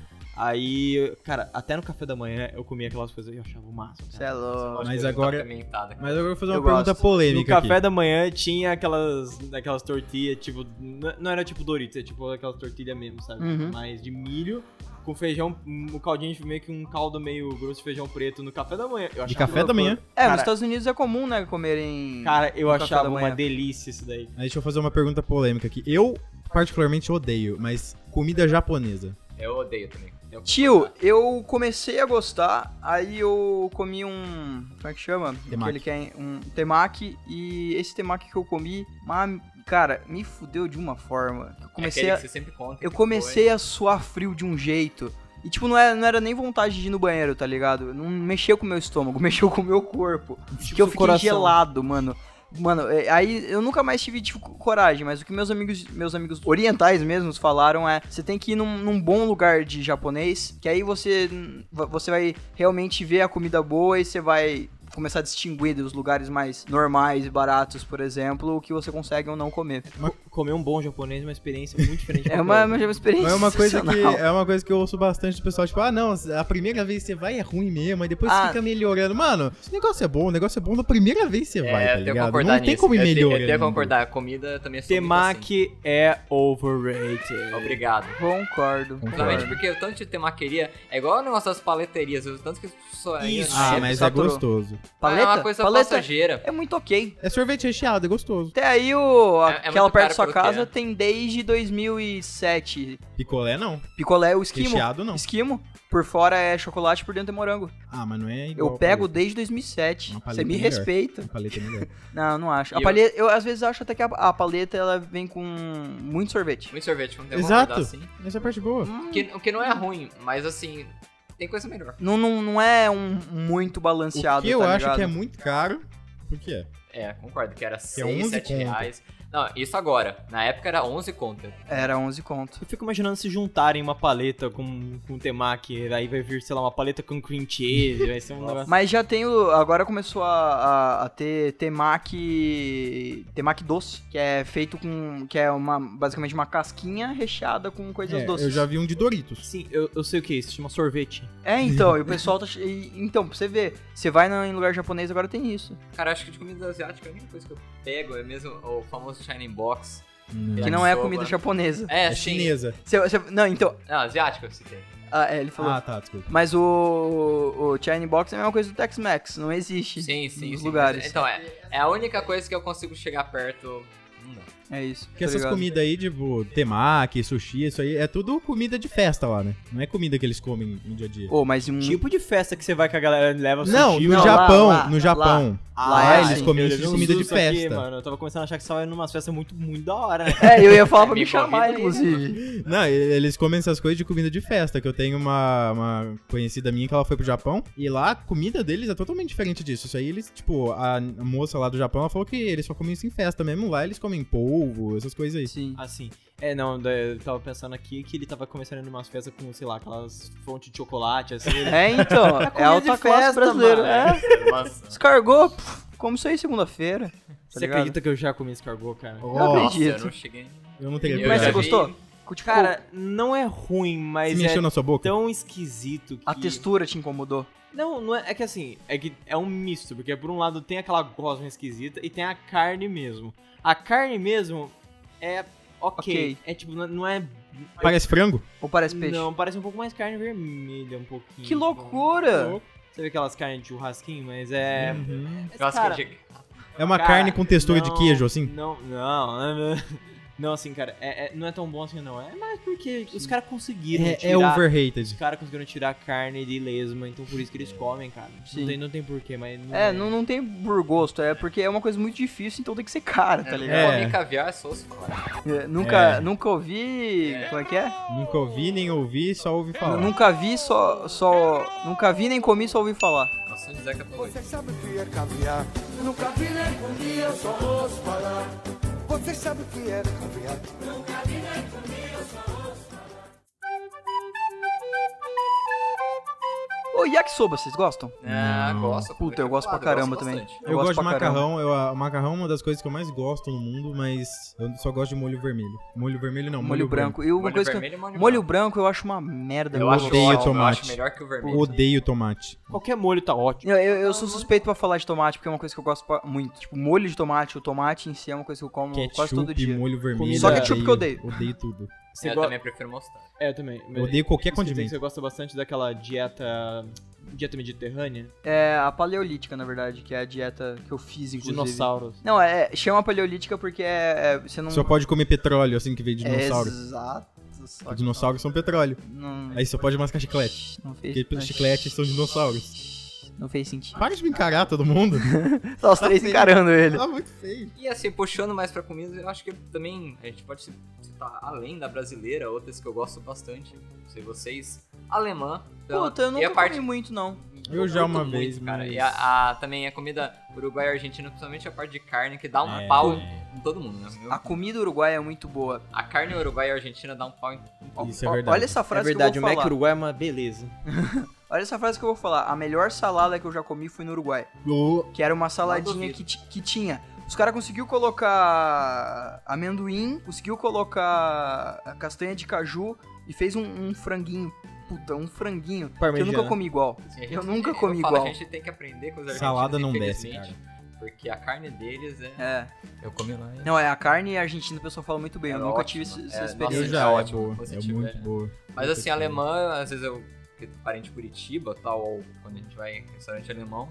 Speaker 4: Aí, cara, até no café da manhã eu comia aquelas coisas e eu achava o máximo.
Speaker 1: Você
Speaker 4: Cara.
Speaker 1: é louco.
Speaker 2: Lógico,
Speaker 3: Mas
Speaker 2: eu
Speaker 3: agora-
Speaker 2: tô apimentada.
Speaker 3: Mas agora eu vou fazer uma
Speaker 1: Eu
Speaker 3: pergunta
Speaker 1: gosto.
Speaker 4: No
Speaker 3: polêmica aqui.
Speaker 4: café da manhã tinha aquelas, aquelas tortilhas, tipo, n- não era tipo Doritos, é tipo aquelas tortilhas mesmo, sabe?
Speaker 1: Uhum.
Speaker 4: Mas de milho, com feijão, um caldinho de meio que um caldo meio grosso de feijão preto no café da manhã. Eu
Speaker 3: De
Speaker 4: achava
Speaker 3: café da
Speaker 4: loucura.
Speaker 3: manhã.
Speaker 1: É,
Speaker 4: Cara-
Speaker 1: nos Estados Unidos é comum, né, comerem.
Speaker 4: Cara, eu
Speaker 1: No café
Speaker 4: achava
Speaker 1: da
Speaker 4: uma
Speaker 1: manhã.
Speaker 4: delícia isso daí.
Speaker 3: Aí deixa eu fazer uma pergunta polêmica aqui. Eu, particularmente, odeio, mas comida japonesa.
Speaker 2: Eu odeio também. Eu-
Speaker 1: Tio, eu comecei a gostar, aí eu comi um. Como é que chama?
Speaker 3: Temaki.
Speaker 1: Aquele que é um temaki. E esse temaki que eu comi, mas, cara, me fudeu de uma forma. Eu comecei
Speaker 2: é
Speaker 1: a,
Speaker 2: aquele que você sempre conta.
Speaker 1: eu
Speaker 2: que
Speaker 1: comecei a suar frio de um jeito. E, tipo, não era, não era nem vontade de ir no banheiro, tá ligado? Não mexeu com o meu estômago, mexeu com o meu corpo.
Speaker 2: Tipo,
Speaker 1: que eu
Speaker 4: seu
Speaker 1: fiquei
Speaker 4: coração.
Speaker 1: gelado, mano. Mano, é, aí eu nunca mais tive tipo, coragem, mas o que meus amigos, meus amigos orientais mesmos falaram é: você tem que ir num, num bom lugar de japonês, que aí você, você vai realmente ver a comida boa e você vai começar a distinguir dos lugares mais normais e baratos, por exemplo, o que você consegue ou não comer.
Speaker 4: Comer um bom japonês é uma experiência muito diferente. de
Speaker 1: É
Speaker 4: qualquer
Speaker 1: uma,
Speaker 4: outra.
Speaker 1: uma experiência.
Speaker 3: Mas é uma coisa que
Speaker 1: sensacional.
Speaker 3: é uma coisa que eu ouço bastante do pessoal, tipo, ah, não, a primeira vez que você vai é ruim mesmo, aí depois
Speaker 1: Ah.
Speaker 3: você fica melhorando. Mano, esse negócio é bom, o negócio é bom na primeira vez que você
Speaker 2: É,
Speaker 3: vai, tá
Speaker 2: eu tenho que
Speaker 3: ligado?
Speaker 2: concordar
Speaker 3: Não tem
Speaker 2: nisso.
Speaker 3: como ir
Speaker 2: Eu tenho-
Speaker 3: melhorando.
Speaker 2: Eu tenho que concordar. A comida também é muito
Speaker 4: Temaki é overrated.
Speaker 2: assim. Obrigado.
Speaker 1: Concordo.
Speaker 2: Principalmente
Speaker 3: Claro.
Speaker 2: porque o tanto de temaqueria é igual o negócio das paleterias, o tanto que é as pessoas ainda
Speaker 4: Isso.
Speaker 2: não
Speaker 3: Ah,
Speaker 2: sabem.
Speaker 3: mas
Speaker 1: Saturou.
Speaker 3: é gostoso.
Speaker 1: Paleta?
Speaker 2: é uma coisa
Speaker 1: Paleta
Speaker 2: passageira.
Speaker 1: é muito ok.
Speaker 3: É sorvete recheado, é gostoso.
Speaker 1: Até aí, o,
Speaker 2: É- é
Speaker 1: aquela
Speaker 2: muito
Speaker 1: perto da
Speaker 2: caro
Speaker 1: sua
Speaker 2: pro
Speaker 1: casa
Speaker 2: quê?
Speaker 1: tem desde 2007.
Speaker 3: Picolé não,
Speaker 1: Picolé, é o esquimo.
Speaker 3: recheado não.
Speaker 1: Esquimo. Por fora é chocolate, por dentro é morango.
Speaker 3: Ah, mas não é igual.
Speaker 1: Eu pego desde 2007.
Speaker 3: Uma paleta
Speaker 1: Você me
Speaker 3: melhor.
Speaker 1: respeita.
Speaker 3: a paleta é melhor.
Speaker 1: Não, não acho.
Speaker 2: E
Speaker 1: A
Speaker 2: eu-
Speaker 1: paleta, eu às vezes acho até que a, a paleta ela vem com muito sorvete.
Speaker 2: Muito sorvete, não tem
Speaker 3: Exato.
Speaker 2: vontade assim.
Speaker 3: Essa é a parte boa.
Speaker 1: Hum,
Speaker 2: Que, o que não é ruim, mas assim, tem coisa melhor.
Speaker 1: Não, não, não é um muito
Speaker 3: O
Speaker 1: balanceado.
Speaker 3: que eu
Speaker 1: tá
Speaker 3: acho
Speaker 1: ligado?
Speaker 3: que é muito caro, porque é.
Speaker 2: É, concordo, que era 6,
Speaker 3: 11
Speaker 2: 7
Speaker 3: conto.
Speaker 2: reais. Não, isso agora. Na época era 11 conta.
Speaker 1: Era 11 conto.
Speaker 4: Eu fico imaginando se juntarem uma paleta com, com temaki, aí vai vir, sei lá, uma paleta com cream cheese, vai ser um negócio...
Speaker 1: Mas já tem o. Agora começou a, a, a ter temaki. Temaki doce, que é feito com. que é uma basicamente uma casquinha recheada com coisas
Speaker 3: É,
Speaker 1: doces.
Speaker 3: eu já vi um de Doritos.
Speaker 4: Sim, eu, eu sei o que é isso, chama sorvete.
Speaker 1: É, então, e o pessoal tá. che- e- Então, pra você ver, você vai no- em lugar japonês, agora tem isso.
Speaker 2: Cara, acho que de comida asiática a única coisa que eu pego é mesmo o famoso Shining Box.
Speaker 1: Que não é
Speaker 2: Yakisoba.
Speaker 1: comida japonesa.
Speaker 2: É,
Speaker 3: É
Speaker 2: sim.
Speaker 3: chinesa.
Speaker 1: Você- você- não, então.
Speaker 2: Não, asiático eu citei.
Speaker 1: Ah, é, ele falou.
Speaker 3: Ah, tá, desculpa.
Speaker 1: Mas o, o Chine Box é a mesma coisa do Tex-Mex, não existe.
Speaker 2: Sim, sim,
Speaker 1: Nos
Speaker 2: sim.
Speaker 1: lugares.
Speaker 2: Então é, é a única coisa que eu consigo chegar perto. Hum, Não.
Speaker 1: É isso.
Speaker 3: Porque
Speaker 1: tá
Speaker 3: essas
Speaker 1: ligado?
Speaker 3: comidas aí, tipo, temaki, sushi, isso aí, é tudo comida de festa lá, né? Não é comida que eles comem no dia a dia.
Speaker 1: Ô, mas um.
Speaker 4: Tipo de festa que você vai que a galera leva
Speaker 3: Hum. Não,
Speaker 4: sushi,
Speaker 3: no
Speaker 4: lá,
Speaker 3: Japão,
Speaker 4: lá, Ah,
Speaker 3: no Japão.
Speaker 1: lá eles
Speaker 4: sim,
Speaker 3: comem
Speaker 4: eu levei um
Speaker 3: comida de
Speaker 4: susto aqui,
Speaker 3: festa.
Speaker 4: mano, eu tava começando a achar que só era numa festas muito, muito da hora. né?
Speaker 1: É, eu ia falar pra
Speaker 2: Me
Speaker 1: me chamar,
Speaker 2: convida aí,
Speaker 1: inclusive.
Speaker 3: Não, e- eles comem essas coisas de comida de festa, que eu tenho uma, uma conhecida minha que ela foi pro Japão, e lá a comida deles é totalmente diferente disso. Isso aí eles, tipo, a moça lá do Japão, ela falou que eles só comem isso em festa mesmo, lá eles comem polvo, essas coisas aí.
Speaker 1: Sim.
Speaker 4: Assim, é, não, da- eu tava pensando aqui que ele tava começando umas festas com, sei lá, aquelas fontes de chocolate, assim.
Speaker 3: Tá
Speaker 4: né?
Speaker 1: É, então. É
Speaker 4: comida de
Speaker 1: alta classe
Speaker 4: festa,
Speaker 1: brasileira.
Speaker 4: mano.
Speaker 1: É. Escargou, pff, como isso aí segunda-feira. tá
Speaker 4: Você
Speaker 1: ligado?
Speaker 4: acredita que eu já comi escargot, cara?
Speaker 1: Não
Speaker 3: Ó,
Speaker 1: acredito.
Speaker 2: Nossa, eu não cheguei.
Speaker 3: eu não teria
Speaker 2: Eu
Speaker 1: Mas
Speaker 2: já
Speaker 1: você
Speaker 2: vi.
Speaker 3: coragem.
Speaker 1: gostou? Tipo,
Speaker 4: Cara, não é ruim,
Speaker 3: Se
Speaker 4: mas é
Speaker 3: mexeu na sua boca?
Speaker 4: tão esquisito que...
Speaker 1: a textura te incomodou.
Speaker 4: Não, não é, é que assim, é que é um misto, porque por um lado tem aquela gosma esquisita e tem a carne mesmo. A carne mesmo é ok,
Speaker 1: Ok.
Speaker 4: é tipo, não não é...
Speaker 3: Parece frango?
Speaker 1: Ou parece peixe?
Speaker 4: Não, parece um pouco mais carne vermelha, um pouquinho.
Speaker 1: Que
Speaker 4: tipo,
Speaker 1: loucura!
Speaker 4: Você vê aquelas carnes de churrasquinho, mas é...
Speaker 3: Uhum.
Speaker 4: mas,
Speaker 2: Eu acho
Speaker 4: cara,
Speaker 2: que eu cheguei.
Speaker 3: É uma
Speaker 4: Cara,
Speaker 3: carne com textura de
Speaker 4: não,
Speaker 3: queijo, assim?
Speaker 4: Não, não, não, assim, cara, é- é- não é tão bom assim, não. É mais porque os caras conseguiram
Speaker 3: É, é
Speaker 4: tirar...
Speaker 3: overrated.
Speaker 4: Os caras conseguiram tirar a carne de lesma, então por isso que eles comem, cara.
Speaker 1: Sim.
Speaker 4: Não tem, não tem porquê, mas...
Speaker 1: É, não, não tem por gosto, é porque é uma coisa muito difícil, então tem que ser cara, tá
Speaker 2: Eu
Speaker 1: ligado?
Speaker 2: comi caviar, só se falar.
Speaker 1: É, nunca,
Speaker 3: É.
Speaker 1: nunca ouvi. Como é que é?
Speaker 3: Nunca ouvi, nem ouvi, só ouvi falar.
Speaker 1: Nunca vi, só, só. Nunca vi nem comi, só ouvi falar.
Speaker 2: Nossa, o Zeca tá falou isso.
Speaker 5: Vocês sabem o que é caviar? Eu nunca vi nem comi, eu só ouço falar. Vocês sabem o que é caviar?
Speaker 1: Ô, yakisoba, vocês gostam?
Speaker 2: Ah,
Speaker 3: Não.
Speaker 2: gosto.
Speaker 1: Puta, eu gosto pra
Speaker 2: Claro,
Speaker 1: caramba também.
Speaker 2: bastante.
Speaker 3: Eu, gosto de macarrão, eu, a- o macarrão é uma das coisas que eu mais gosto no mundo, mas eu só gosto de molho vermelho. Molho vermelho não,
Speaker 1: Molho,
Speaker 3: molho, branco.
Speaker 1: branco. E uma
Speaker 2: Molho
Speaker 1: coisa
Speaker 2: vermelho e
Speaker 1: que.
Speaker 2: molho
Speaker 1: Molho, branco eu acho uma merda.
Speaker 2: Eu
Speaker 1: gosto.
Speaker 2: acho,
Speaker 3: odeio
Speaker 2: ótimo, eu
Speaker 3: tomate.
Speaker 2: acho melhor que o vermelho.
Speaker 3: Odeio tomate.
Speaker 4: Qualquer molho tá ótimo.
Speaker 1: Eu, eu, eu sou suspeito pra falar de tomate, porque é uma coisa que eu gosto pra- muito. Tipo, molho de tomate, o tomate em si é uma coisa que eu como quase todo
Speaker 3: Ketchup,
Speaker 1: dia.
Speaker 3: molho vermelho.
Speaker 4: Comida- Só
Speaker 1: ketchup que eu odeio.
Speaker 3: Odeio tudo.
Speaker 4: Você
Speaker 2: eu
Speaker 4: go-
Speaker 2: também prefiro mostarda.
Speaker 4: É, eu também. mas-
Speaker 3: Eu odeio qualquer
Speaker 4: isso que eu tenho,
Speaker 3: condimento.
Speaker 4: Você gosta bastante daquela dieta... Dieta mediterrânea?
Speaker 1: É a paleolítica, na verdade, que é a dieta que eu fiz, inclusive.
Speaker 4: Dinossauros.
Speaker 1: Não, é, chama paleolítica porque é, é- você não...
Speaker 3: Só pode comer petróleo, assim, que veio de dinossauro.
Speaker 1: É, exato. Só que
Speaker 3: Dinossauros são petróleo.
Speaker 1: Não,
Speaker 3: Aí só pode mascar chiclete.
Speaker 1: Shhh, Não fez...
Speaker 3: Porque pelos
Speaker 1: não,
Speaker 3: chicletes são dinossauros.
Speaker 1: shhh, Não fez sentido.
Speaker 3: Para de me encarar todo mundo.
Speaker 1: Só os três encarando ele.
Speaker 3: Tá muito feio.
Speaker 2: E assim, puxando mais pra comida, eu acho que também a gente pode citar, além da brasileira, outras que eu gosto bastante. Não sei vocês. Alemã. então,
Speaker 1: Puta, eu
Speaker 2: e
Speaker 1: nunca
Speaker 2: a parte...
Speaker 1: comi muito, não.
Speaker 3: Eu já uma
Speaker 2: muito,
Speaker 3: vez,
Speaker 2: muito, cara.
Speaker 3: mas-
Speaker 2: E a, a- também a comida uruguaia e argentina, principalmente a parte de carne, que dá um
Speaker 1: Ah,
Speaker 3: É.
Speaker 2: pau em todo mundo, né? Eu-
Speaker 1: A comida uruguaia é muito boa.
Speaker 2: A carne uruguaia e argentina dá um pau em um pau.
Speaker 3: Isso é
Speaker 1: Ó,
Speaker 3: verdade.
Speaker 1: Olha essa
Speaker 4: É
Speaker 1: frase
Speaker 4: verdade, o
Speaker 1: que eu vou
Speaker 4: Mac
Speaker 1: falar.
Speaker 4: Uruguai é uma beleza.
Speaker 1: Olha essa frase que eu vou falar. A melhor salada que eu já comi foi no Uruguai.
Speaker 3: Ô,
Speaker 1: Que era uma saladinha
Speaker 2: duvido.
Speaker 1: que, ti- que tinha. Os caras conseguiu colocar amendoim, conseguiu colocar a castanha de caju e fez um, um franguinho. Puta, um franguinho. Que eu
Speaker 4: Parmegiana.
Speaker 1: nunca comi igual.
Speaker 2: Assim, a gente-
Speaker 1: Eu nunca comi
Speaker 2: falo,
Speaker 1: igual.
Speaker 2: A gente tem que aprender com os argentinos,
Speaker 3: Salada não desce,
Speaker 2: infelizmente, Porque a carne deles é...
Speaker 1: É.
Speaker 2: Eu comi lá e...
Speaker 1: Não, é a carne argentina, o pessoal fala muito bem.
Speaker 2: É
Speaker 1: eu nunca tive
Speaker 2: ótimo.
Speaker 1: esse- essa
Speaker 2: É,
Speaker 1: experiência.
Speaker 3: Eu
Speaker 2: nossa,
Speaker 3: já,
Speaker 2: é
Speaker 3: é,
Speaker 2: ótimo,
Speaker 3: boa. É
Speaker 2: positivo,
Speaker 3: muito
Speaker 2: é.
Speaker 3: boa.
Speaker 2: Mas assim,
Speaker 3: Puta que pariu.
Speaker 2: alemã, às vezes eu... porque é Parente de Curitiba tal, ou quando a gente vai em restaurante alemão,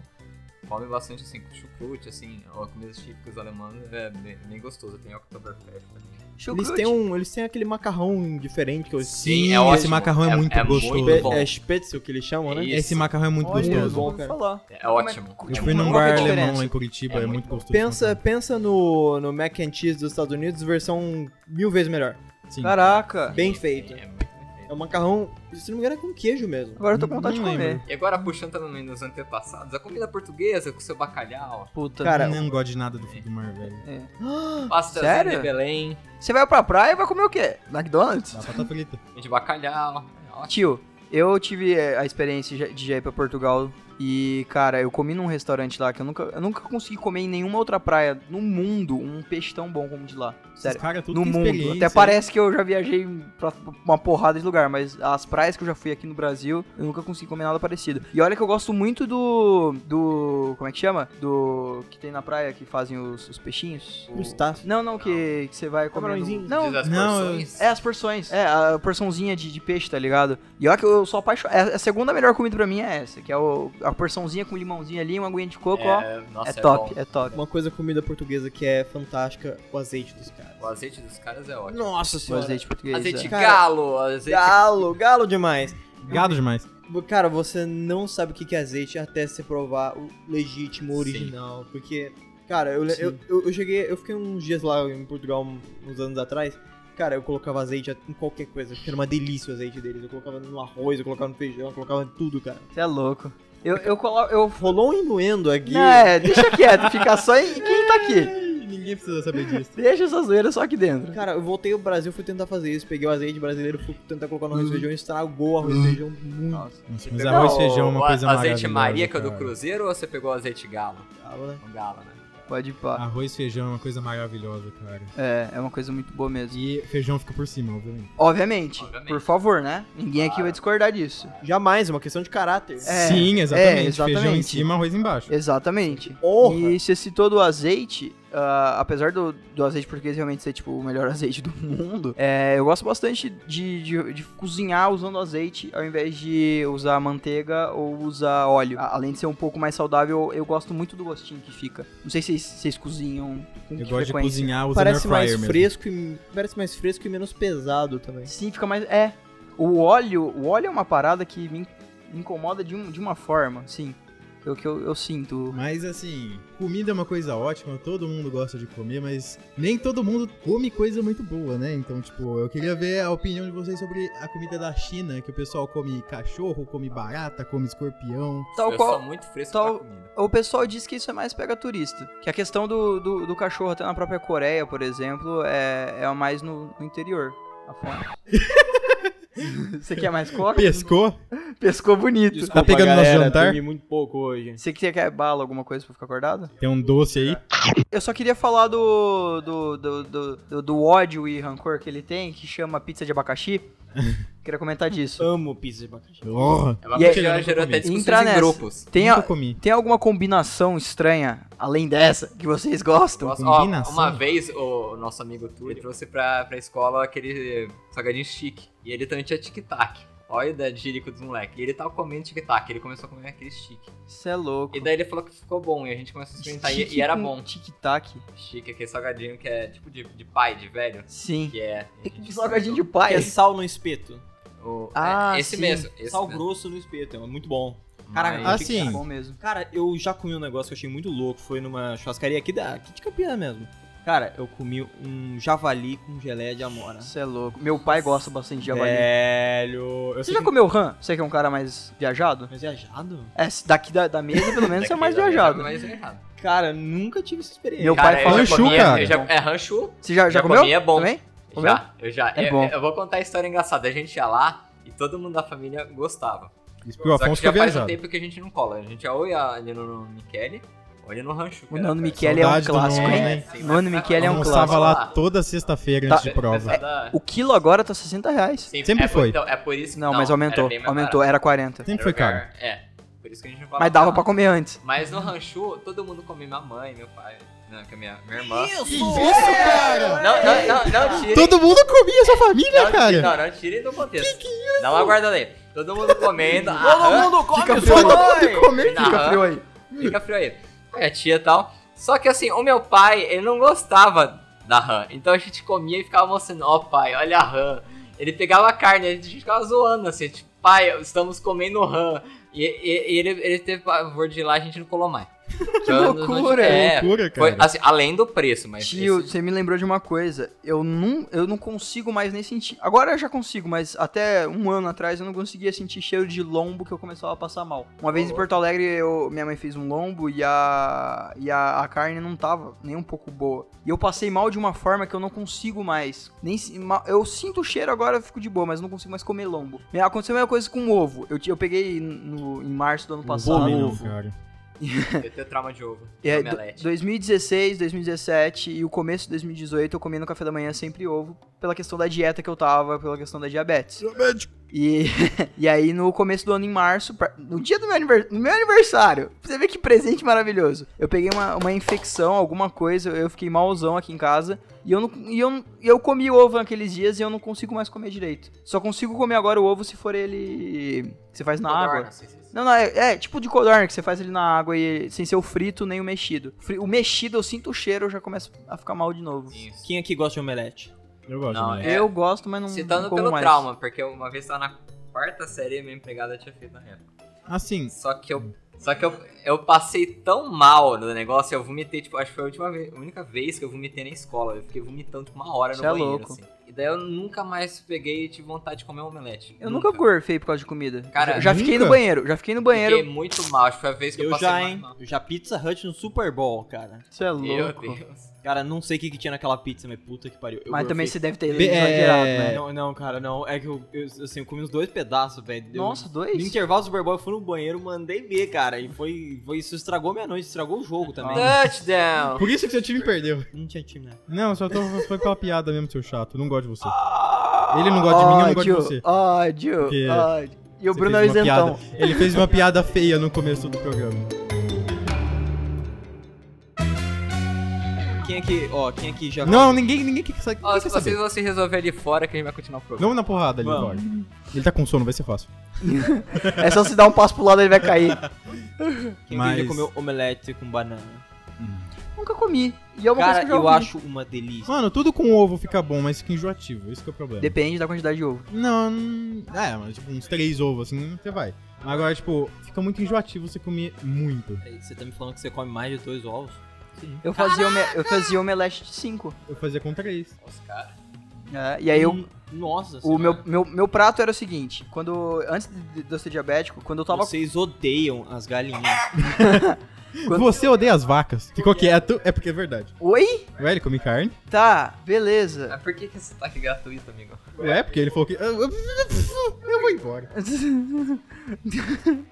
Speaker 2: come bastante, assim, com chucrute, assim, ou comidas típicas alemãs, é bem, bem gostoso. Tem Oktoberfest também.
Speaker 4: Eles
Speaker 1: Chucrute.
Speaker 4: têm, um, eles têm aquele macarrão diferente que eu
Speaker 3: Sim,
Speaker 2: é ótimo.
Speaker 3: esse macarrão é,
Speaker 2: É-
Speaker 3: muito
Speaker 2: é muito
Speaker 3: gostoso.
Speaker 2: bom.
Speaker 4: É Spätzle que eles chamam, né?
Speaker 2: Isso.
Speaker 3: Esse macarrão é muito
Speaker 1: Olha, eu
Speaker 3: gostoso.
Speaker 1: nunca ouvi
Speaker 4: Bom, cara.
Speaker 1: falar.
Speaker 2: É ótimo.
Speaker 1: Como é-
Speaker 3: Eu
Speaker 2: É
Speaker 3: fui
Speaker 2: muito
Speaker 3: num
Speaker 1: Qual que é a
Speaker 3: bar
Speaker 2: bom.
Speaker 1: diferença?
Speaker 3: alemão lá em Curitiba,
Speaker 2: É
Speaker 3: é,
Speaker 2: muito
Speaker 3: muito
Speaker 2: bom.
Speaker 3: gostoso.
Speaker 4: Pensa, pensa no, no mac and cheese dos Estados Unidos, versão mil vezes melhor.
Speaker 3: Sim.
Speaker 1: Caraca.
Speaker 4: Bem feito.
Speaker 2: É muito bem feito.
Speaker 4: É um macarrão, se não me engano, é com queijo mesmo.
Speaker 1: Agora eu tô com
Speaker 3: Não
Speaker 1: vontade de
Speaker 3: lembro.
Speaker 1: comer.
Speaker 2: E agora puxando também nos antepassados, a comida portuguesa com seu bacalhau,
Speaker 1: Puta.
Speaker 4: Cara,
Speaker 3: não gosto de
Speaker 1: é.
Speaker 3: nada do filho do mar, velho.
Speaker 2: pastazinho
Speaker 1: Sério?
Speaker 2: de Belém,
Speaker 1: Você vai pra praia e vai comer o quê? McDonald's?
Speaker 3: Batata tá frita.
Speaker 2: de bacalhau, é ótimo.
Speaker 1: Tio, eu tive é, a experiência já- de já ir pra Portugal E, cara, eu comi num restaurante lá que eu nunca, eu nunca consegui comer em nenhuma outra praia no mundo um peixe tão bom como de lá. Sério.
Speaker 3: Esses caras é tudo
Speaker 1: no
Speaker 3: tem
Speaker 1: mundo.
Speaker 3: experiência,
Speaker 1: Até parece que eu já viajei pra uma porrada de lugar, mas as praias que eu já fui aqui no Brasil, eu nunca consegui comer nada parecido. E olha que eu gosto muito do. do. como é que chama? Do. que tem na praia que fazem os, os peixinhos. O-
Speaker 4: Crustáceo.
Speaker 1: Não, não, que, que você vai comer.
Speaker 4: Camarõezinho.
Speaker 1: Não,
Speaker 2: Diz as
Speaker 3: não, eu-
Speaker 2: porções.
Speaker 1: é, as porções. É, a porçãozinha de, de peixe, tá ligado? E olha que eu sou apaixonado. A segunda melhor comida pra mim é essa, que é o- a porçãozinha com limãozinho ali, uma aguinha de coco, ó.
Speaker 2: É, nossa,
Speaker 1: é top,
Speaker 2: bom.
Speaker 1: é top.
Speaker 4: Uma coisa comida portuguesa que é fantástica, o azeite dos caras.
Speaker 2: O azeite dos caras é ótimo.
Speaker 4: Nossa
Speaker 1: O azeite português.
Speaker 2: Azeite
Speaker 1: é.
Speaker 4: Cara,
Speaker 2: galo, azeite...
Speaker 4: Galo, galo demais.
Speaker 3: Gado demais.
Speaker 4: Cara, você não sabe o que que é azeite até você provar o legítimo, o
Speaker 2: Sim.
Speaker 4: original. Porque, cara, eu,
Speaker 3: Sim.
Speaker 4: eu, eu, eu cheguei, eu fiquei uns dias lá em Portugal, um- uns anos atrás. Cara, eu colocava azeite em qualquer coisa, porque era uma delícia o azeite deles. Eu colocava no arroz, eu colocava no feijão, eu colocava em tudo, cara.
Speaker 1: Você é louco. Eu, eu colo- Eu
Speaker 4: Rolou um inuendo aqui.
Speaker 1: Não, é, deixa quieto, fica só em quem tá aqui.
Speaker 3: Ninguém precisa saber disso.
Speaker 1: Deixa essa zoeira só aqui dentro.
Speaker 4: Cara, eu voltei ao Brasil, fui tentar fazer isso. Peguei o azeite brasileiro, fui tentar colocar no arroz e feijão, estragou o arroz e feijão
Speaker 3: Hum.
Speaker 4: muito.
Speaker 1: Nossa.
Speaker 3: Nossa,
Speaker 2: Você
Speaker 3: mas
Speaker 2: pegou
Speaker 3: arroz e feijão é uma
Speaker 2: o
Speaker 3: coisa
Speaker 2: azeite
Speaker 3: maravilhosa,
Speaker 2: Maria, que é do
Speaker 3: cara.
Speaker 2: Cruzeiro, ou você pegou o azeite galo?
Speaker 4: Tava, né?
Speaker 2: O galo, né?
Speaker 1: Pode ir pá.
Speaker 3: Arroz e feijão é uma coisa maravilhosa, cara.
Speaker 1: É, é uma coisa muito boa mesmo.
Speaker 3: E feijão fica por cima, obviamente.
Speaker 1: Obviamente,
Speaker 2: Obviamente.
Speaker 1: por favor, né? Ninguém aqui vai discordar disso.
Speaker 4: Jamais, é uma questão de caráter.
Speaker 1: É,
Speaker 3: Sim,
Speaker 1: é,
Speaker 3: exatamente.
Speaker 1: exatamente.
Speaker 3: Feijão em cima, arroz embaixo.
Speaker 1: Exatamente.
Speaker 4: Honra.
Speaker 1: E você citou do azeite, ah, apesar do, do azeite português realmente ser, tipo, o melhor azeite do mundo, é, eu gosto bastante de, de- de cozinhar usando azeite ao invés de usar manteiga ou usar óleo. A- além de ser um pouco mais saudável, eu gosto muito do gostinho que fica. Não sei se vocês, vocês cozinham com
Speaker 3: Eu
Speaker 1: que
Speaker 3: gosto de
Speaker 1: É frequência.
Speaker 3: cozinhar usando air
Speaker 4: Parece
Speaker 3: fryer
Speaker 4: mais
Speaker 3: mesmo.
Speaker 4: fresco e parece mais fresco e menos pesado também.
Speaker 1: Sim, fica mais. É. O óleo. O óleo é uma parada que me in- me incomoda de, um, de uma forma, sim. É o que eu, eu sinto.
Speaker 3: Mas assim, comida é uma coisa ótima, todo mundo gosta de comer, mas nem todo mundo come coisa muito boa, né? Então, tipo, eu queria ver a opinião de vocês sobre a comida da China, que o pessoal come cachorro, come barata, come escorpião.
Speaker 1: Tal
Speaker 2: eu
Speaker 1: Então, qual.
Speaker 2: sou muito fresco
Speaker 1: tal-
Speaker 2: pra comida.
Speaker 1: O pessoal diz que isso é mais pega turista. Que a questão do, do, do cachorro até na própria Coreia, por exemplo, é, é mais no, no interior. Afonso. Você quer mais coca?
Speaker 3: Pescou?
Speaker 1: Pescou bonito.
Speaker 3: Tá pegando nosso
Speaker 4: galera,
Speaker 3: jantar?
Speaker 4: dormi muito pouco hoje.
Speaker 1: Você que- quer bala, alguma coisa pra ficar acordado?
Speaker 3: Tem um doce aí.
Speaker 1: Eu só queria falar do do, do, do, do- do ódio e rancor que ele tem, que chama pizza de abacaxi. queria comentar disso.
Speaker 4: Amo pizza de abacaxi.
Speaker 3: Oh,
Speaker 2: É uma
Speaker 1: E aí-
Speaker 2: coisa que já gerou até discussões
Speaker 1: Intranets.
Speaker 2: em grupos.
Speaker 1: Tem, a-
Speaker 3: nunca comi.
Speaker 1: tem alguma combinação estranha, além dessa, que vocês gostam?
Speaker 2: Nossa, ó,
Speaker 3: Então, combinação.
Speaker 2: uma vez o nosso amigo Tu ele trouxe pra, pra escola aquele salgadinho chique. E ele também tinha tic-tac. Olha a ideia de jirico dos moleques. E ele tava comendo tic-tac, ele começou a comer aquele chique.
Speaker 1: Isso é louco.
Speaker 2: E daí ele falou que ficou bom, e a gente começou a experimentar, e,
Speaker 1: Tique
Speaker 2: e era
Speaker 1: com
Speaker 2: bom.
Speaker 1: Tic-tac.
Speaker 2: Chique, aquele salgadinho que é tipo de, de pai, de velho.
Speaker 1: Sim.
Speaker 2: Que é.
Speaker 1: Salgadinho de
Speaker 4: Que
Speaker 1: pai.
Speaker 4: é sal no espeto.
Speaker 2: O,
Speaker 1: Ah,
Speaker 2: é, esse
Speaker 1: sim.
Speaker 2: mesmo. Esse
Speaker 4: sal
Speaker 2: mesmo.
Speaker 4: grosso no espeto, é muito bom.
Speaker 2: Caraca,
Speaker 4: Mas-
Speaker 3: Ah, sim.
Speaker 1: Bom mesmo.
Speaker 4: Cara, eu já comi um negócio que eu achei muito louco. Foi numa churrascaria aqui, da, aqui de Campinas mesmo. Cara, eu comi um javali com geleia de amora.
Speaker 1: Você é louco. Meu pai gosta bastante de javali.
Speaker 4: Velho. Eu
Speaker 1: Você
Speaker 4: É. sei
Speaker 1: já
Speaker 4: que-
Speaker 1: comeu rã? Você que é um cara mais viajado?
Speaker 4: Mas viajado?
Speaker 1: É, daqui da, da mesa, pelo menos, você é mais viajado.
Speaker 2: Mas é errado.
Speaker 4: Cara, nunca tive essa experiência.
Speaker 1: Meu
Speaker 2: Cara,
Speaker 1: pai
Speaker 2: eu
Speaker 1: fala
Speaker 2: já
Speaker 3: Ranchu,
Speaker 2: comia-
Speaker 3: cara.
Speaker 2: eu já- é ranchu,
Speaker 1: Você já, já,
Speaker 2: Já
Speaker 1: comeu?
Speaker 2: comi, é bom.
Speaker 1: Também? Comeu?
Speaker 2: Já, eu já.
Speaker 1: É
Speaker 2: eu,
Speaker 1: bom.
Speaker 2: eu vou contar a história engraçada. A gente ia lá e todo mundo da família gostava.
Speaker 3: Isso porque o
Speaker 2: Só que
Speaker 3: Afonso
Speaker 2: já
Speaker 3: fica
Speaker 2: faz um
Speaker 3: viajado.
Speaker 2: tempo que a gente não cola. A gente ia ou ia ali no Michele, ou ali no Rancho.
Speaker 1: O
Speaker 2: cara,
Speaker 1: Nano
Speaker 2: cara.
Speaker 1: Michele é um
Speaker 3: Saudade do
Speaker 1: clássico,
Speaker 3: Nano,
Speaker 1: hein?
Speaker 3: hein?
Speaker 2: Sim,
Speaker 1: Nano
Speaker 2: mas-
Speaker 1: Michele é um
Speaker 3: Almoçava
Speaker 1: clássico.
Speaker 3: lá toda sexta-feira antes
Speaker 1: Tá,
Speaker 3: de prova.
Speaker 2: Pesada-
Speaker 1: O quilo agora tá 60 reais.
Speaker 2: É, sim,
Speaker 3: sempre
Speaker 2: é por-
Speaker 3: foi.
Speaker 2: Então, é por isso que
Speaker 1: Não, mas aumentou.
Speaker 2: era bem mais
Speaker 1: Aumentou,
Speaker 2: barato.
Speaker 1: era 40.
Speaker 3: Sempre
Speaker 2: Era
Speaker 3: foi caro.
Speaker 2: lugar- É, por isso que a gente não fala
Speaker 1: Mas dava
Speaker 2: barato.
Speaker 1: pra comer antes.
Speaker 2: Mas no Rancho, todo mundo come minha mãe, meu pai, não, que a minha, minha irmã.
Speaker 3: Isso,
Speaker 2: Não,
Speaker 3: cara!
Speaker 2: não, não, não tire.
Speaker 3: Todo mundo comia sua família,
Speaker 2: não, tire-
Speaker 3: cara!
Speaker 2: não, não tire do contexto. Que que isso? Dá uma guardada aí. Todo mundo comendo. ah,
Speaker 4: Todo
Speaker 2: aham.
Speaker 4: mundo come
Speaker 1: Fica
Speaker 4: só-
Speaker 1: frio.
Speaker 3: Todo mundo comia.
Speaker 2: Não.
Speaker 1: Fica frio aí.
Speaker 2: Fica frio aí. Aí a tia e tal. Só que assim, o meu pai, ele não gostava da rã. Então a gente comia e ficava mostrando, ó pai, olha a rã. Ele pegava a carne, a gente ficava zoando assim, tipo, pai, estamos comendo rã. E, e- e ele, ele teve pavor de ir lá, a gente não colou mais. anos não
Speaker 1: loucura!
Speaker 2: tinha- É,
Speaker 3: Loucura,
Speaker 2: foi,
Speaker 3: cara.
Speaker 2: assim, além do preço, mas.
Speaker 1: Tio,
Speaker 2: esse-
Speaker 1: você me lembrou de uma coisa. Eu não, eu não consigo mais nem sentir. Agora eu já consigo, mas até um ano atrás eu não conseguia sentir cheiro de lombo que eu começava a passar mal. Uma vez em
Speaker 2: louco.
Speaker 1: Porto Alegre, eu- minha mãe fez um lombo e, a, e a, a carne não tava nem um pouco boa. E eu passei mal de uma forma que eu não consigo mais. Nem, se- ma- eu sinto o cheiro agora, eu fico de boa, mas não consigo mais comer lombo. Aconteceu a mesma coisa com ovo. Eu, ti- eu peguei no- em março do ano passado.
Speaker 3: Abominam, cara.
Speaker 2: Eu tenho trauma de ovo.
Speaker 1: É, do-
Speaker 2: omelete.
Speaker 1: 2016, 2017 e o começo de 2018 eu comia no café da manhã sempre ovo pela questão da dieta que eu tava, pela questão da diabetes. E, e aí no começo do ano, em março, pra- no dia do meu, aniver- no meu aniversário, pra você ver que presente maravilhoso. Eu peguei uma, uma infecção, alguma coisa, eu fiquei malzão aqui em casa e eu, não, e eu, não- e eu comi ovo naqueles dias e eu não consigo mais comer direito. Só consigo comer agora o ovo se for ele que você faz na água.
Speaker 2: Codorna, sim, sim, sim.
Speaker 1: Não, não, é, é tipo de codorna que você faz ali na água e sem ser o frito nem o mexido. Fri- O mexido eu sinto o cheiro, eu já começo a ficar mal de novo.
Speaker 2: Isso.
Speaker 4: Quem aqui gosta de omelete?
Speaker 3: Eu gosto.
Speaker 2: Não,
Speaker 3: né?
Speaker 2: é.
Speaker 1: Eu gosto, mas não, não
Speaker 2: Citando
Speaker 1: como
Speaker 2: pelo
Speaker 1: mais.
Speaker 2: trauma, porque uma vez tava na quarta série minha empregada tinha feito na época.
Speaker 3: Assim,
Speaker 2: Só que eu. Só que eu, eu passei tão mal no negócio, eu vomitei, tipo, acho que foi a última vez, a única vez que eu vomitei na escola. Eu fiquei vomitando tipo, uma hora
Speaker 1: Cê
Speaker 2: no
Speaker 1: é
Speaker 2: banheiro,
Speaker 1: louco.
Speaker 2: assim. E daí eu nunca mais peguei e tive vontade de comer um omelete.
Speaker 1: Eu nunca gorfei por causa de comida.
Speaker 2: Cara,
Speaker 1: já, já fiquei no
Speaker 3: nunca?
Speaker 1: banheiro, já fiquei no banheiro.
Speaker 2: Fiquei muito mal, acho que foi a vez que eu,
Speaker 4: Eu
Speaker 2: passei
Speaker 4: já,
Speaker 2: mais
Speaker 4: hein?
Speaker 2: mal.
Speaker 4: Eu já Pizza Hut no Super Bowl, cara.
Speaker 1: Você é
Speaker 2: Meu
Speaker 1: louco.
Speaker 2: Deus.
Speaker 4: Cara, não sei o que, que tinha naquela pizza, mas puta que pariu. Eu
Speaker 1: Mas também
Speaker 4: gorfei.
Speaker 1: você deve ter
Speaker 3: Be- é,
Speaker 1: exagerado, né?
Speaker 4: Não, não, cara, não. É que eu, eu, assim, eu comi uns dois pedaços, velho. Eu-
Speaker 1: Nossa,
Speaker 4: No
Speaker 1: dois?
Speaker 4: intervalo do Super Bowl eu fui no banheiro, mandei ver, cara. E foi, foi isso estragou minha noite, estragou o jogo também.
Speaker 1: Ah. Tá.
Speaker 2: Touchdown!
Speaker 3: por isso que seu time perdeu.
Speaker 4: Não tinha time, né?
Speaker 3: Não, só tô, foi pela piada mesmo, seu chato. Eu Não gosto de você.
Speaker 1: Ah,
Speaker 3: Ele não gosta de mim, eu não gosto de
Speaker 1: Ódio,
Speaker 3: você.
Speaker 1: Ódio,
Speaker 3: Porque
Speaker 1: ódio. E o
Speaker 3: Você
Speaker 1: Bruno é o
Speaker 3: fez uma
Speaker 1: isentão.
Speaker 3: piada- Ele fez uma piada feia no começo do programa.
Speaker 4: Quem aqui, ó, quem aqui
Speaker 1: Tá.
Speaker 4: já.
Speaker 3: Não, ninguém, ninguém quer, sa-
Speaker 1: Ah,
Speaker 2: Ó,
Speaker 3: ninguém
Speaker 2: se
Speaker 3: quer
Speaker 2: vocês
Speaker 3: saber.
Speaker 2: vão se resolver ali fora que a gente vai continuar o programa.
Speaker 3: Vamos na porrada ali
Speaker 4: Vamos.
Speaker 3: agora. Ele tá com sono, vai ser fácil.
Speaker 1: É só se dar um passo pro lado ele vai cair.
Speaker 4: Quem
Speaker 3: Mas-
Speaker 4: aqui já comeu omelete com banana?
Speaker 1: Hum. Nunca comi. E é uma
Speaker 4: Cara,
Speaker 1: coisa que já
Speaker 4: eu
Speaker 1: ouvi.
Speaker 4: acho uma delícia.
Speaker 3: Mano, tudo com ovo fica bom, mas fica enjoativo. Isso que é o problema.
Speaker 1: Depende da quantidade de ovo.
Speaker 3: Não, hum, é, mas tipo, uns três ovos assim, você vai. Mas agora, tipo, fica muito enjoativo você comer muito.
Speaker 4: Peraí, Você tá me falando que você come mais de dois ovos?
Speaker 1: Eu fazia, ome- eu fazia omelete de cinco.
Speaker 3: Eu fazia com três.
Speaker 2: Os caras.
Speaker 1: É, e aí eu,
Speaker 4: Hum, Nossa
Speaker 1: o
Speaker 4: senhora.
Speaker 1: meu, meu, meu prato era o seguinte, quando antes de, de eu ser diabético, quando eu tava
Speaker 4: Vocês odeiam as galinhas.
Speaker 1: Quando-
Speaker 3: Você odeia as vacas? Ficou quieto, é porque é verdade.
Speaker 1: Oi?
Speaker 3: Ué, ele come carne?
Speaker 1: Tá, beleza.
Speaker 2: Mas É, por que, que esse sotaque gratuito, amigo?
Speaker 3: Ué, É, porque ele falou que. Eu vou embora.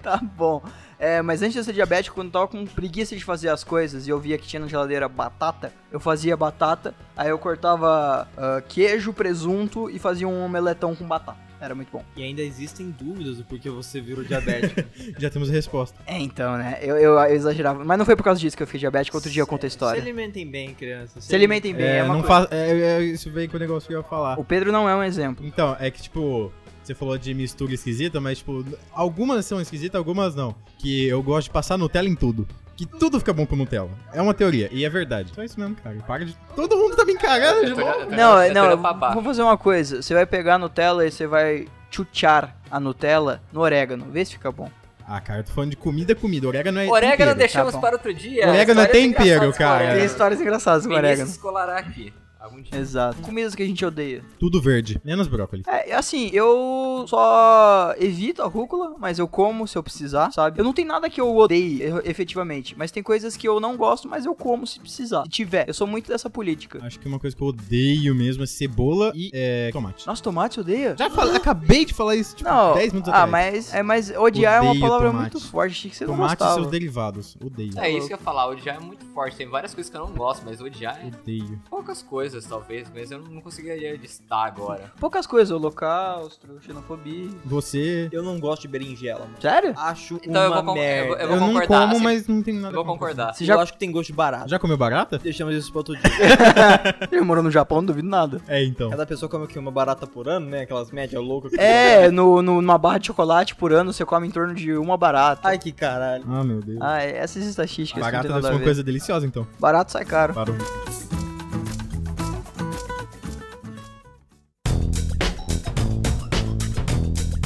Speaker 1: tá bom. É, mas antes de eu ser diabético, quando eu tava com preguiça de fazer as coisas e eu via que tinha na geladeira batata, eu fazia batata, aí eu cortava ah, queijo, presunto e fazia um omeletão com batata. Era muito bom.
Speaker 4: e ainda existem dúvidas do porquê você virou diabético.
Speaker 3: Já temos a resposta.
Speaker 1: É, então, né? Eu, eu, eu exagerava. Mas não foi por causa disso que eu fiquei diabético. Outro dia eu conto a
Speaker 4: Se
Speaker 1: história.
Speaker 4: alimentem bem, crianças.
Speaker 1: Se alimentem bem, é,
Speaker 3: É,
Speaker 1: uma
Speaker 3: não
Speaker 1: coisa.
Speaker 3: fa... é, é, isso veio com o negócio que eu ia falar.
Speaker 1: O Pedro não é um exemplo.
Speaker 3: Então, é que, tipo, você falou de mistura esquisita, mas, tipo, algumas são esquisitas, algumas não. Que eu gosto de passar Nutella em tudo. Que tudo fica bom com Nutella. É uma teoria, e é verdade. Só isso mesmo, cara. Para de... Todo mundo tá me encarando de
Speaker 2: Eu tô-
Speaker 3: novo.
Speaker 2: eu tô-
Speaker 1: Não, é,
Speaker 2: eu tô
Speaker 1: não,
Speaker 2: olhando
Speaker 1: eu
Speaker 2: pra baixo.
Speaker 1: vou fazer uma coisa. Você vai pegar a Nutella e você vai chuchar a Nutella no orégano. Vê se fica bom.
Speaker 3: Ah, cara, eu tô falando de comida, comida. Orégano é
Speaker 2: Orégano
Speaker 3: tempero.
Speaker 2: deixamos
Speaker 1: tá bom.
Speaker 2: para outro dia.
Speaker 3: Orégano é
Speaker 2: Histórias
Speaker 3: tempero,
Speaker 2: engraçadas com
Speaker 3: cara.
Speaker 2: orégano.
Speaker 1: Tem histórias engraçadas com orégano.
Speaker 2: Vinícius colará aqui. Algum dia.
Speaker 1: Exato. Comidas que a gente odeia.
Speaker 3: Tudo verde, menos brócolis.
Speaker 1: É, assim, eu só evito a rúcula, mas eu como se eu precisar, sabe? Eu não tenho nada que eu odeie, e- efetivamente. Mas tem coisas que eu não gosto, mas eu como se precisar. Se tiver. Eu sou muito dessa política.
Speaker 3: Acho que é uma coisa que eu odeio mesmo é cebola e é, tomate.
Speaker 1: Nossa, tomate odeia?
Speaker 3: Já falei, acabei de falar isso, tipo,
Speaker 1: Não.
Speaker 3: 10 minutos
Speaker 1: ah,
Speaker 3: atrás.
Speaker 1: mas, é, mas odiar é uma
Speaker 3: Odeio
Speaker 1: palavra
Speaker 3: tomate.
Speaker 1: muito forte. Achei que você não
Speaker 3: Tomate e
Speaker 1: gostava.
Speaker 3: seus derivados. Odeio.
Speaker 2: É isso que eu ia falar, odiar é muito forte. Tem várias coisas que eu não gosto, mas odiar é
Speaker 3: Odeio.
Speaker 2: poucas coisas, talvez, mas eu não conseguiria listar agora.
Speaker 1: Poucas coisas, holocausto, xenofobia.
Speaker 3: Você...
Speaker 4: Eu não gosto de berinjela, mano.
Speaker 1: Sério?
Speaker 4: Acho
Speaker 2: Então eu
Speaker 4: uma
Speaker 2: vou con-
Speaker 4: merda.
Speaker 2: eu vou-
Speaker 4: Eu,
Speaker 2: eu
Speaker 3: Eu, não
Speaker 2: concordar,
Speaker 3: como,
Speaker 2: assim,
Speaker 3: mas não tenho nada
Speaker 2: Eu vou
Speaker 3: contra.
Speaker 2: concordar.
Speaker 1: Você já-
Speaker 4: acho que tem gosto de barato.
Speaker 3: Já comeu barata?
Speaker 4: Deixamos isso pra outro dia.
Speaker 1: Ele morou no Japão, não duvido nada.
Speaker 3: É, então.
Speaker 4: Cada pessoa come o quê? Uma barata por ano, né? Aquelas médias loucas.
Speaker 1: É, no, no- numa barra de chocolate por ano você come em torno de uma barata.
Speaker 4: Ai, que caralho.
Speaker 3: Ah, meu Deus.
Speaker 1: Ah, é- essas estatísticas
Speaker 3: Barata
Speaker 1: não tem
Speaker 3: deve
Speaker 1: nada
Speaker 3: ser
Speaker 1: a
Speaker 3: uma
Speaker 1: ver.
Speaker 3: coisa deliciosa, então.
Speaker 1: Barato sai caro.
Speaker 3: Para o-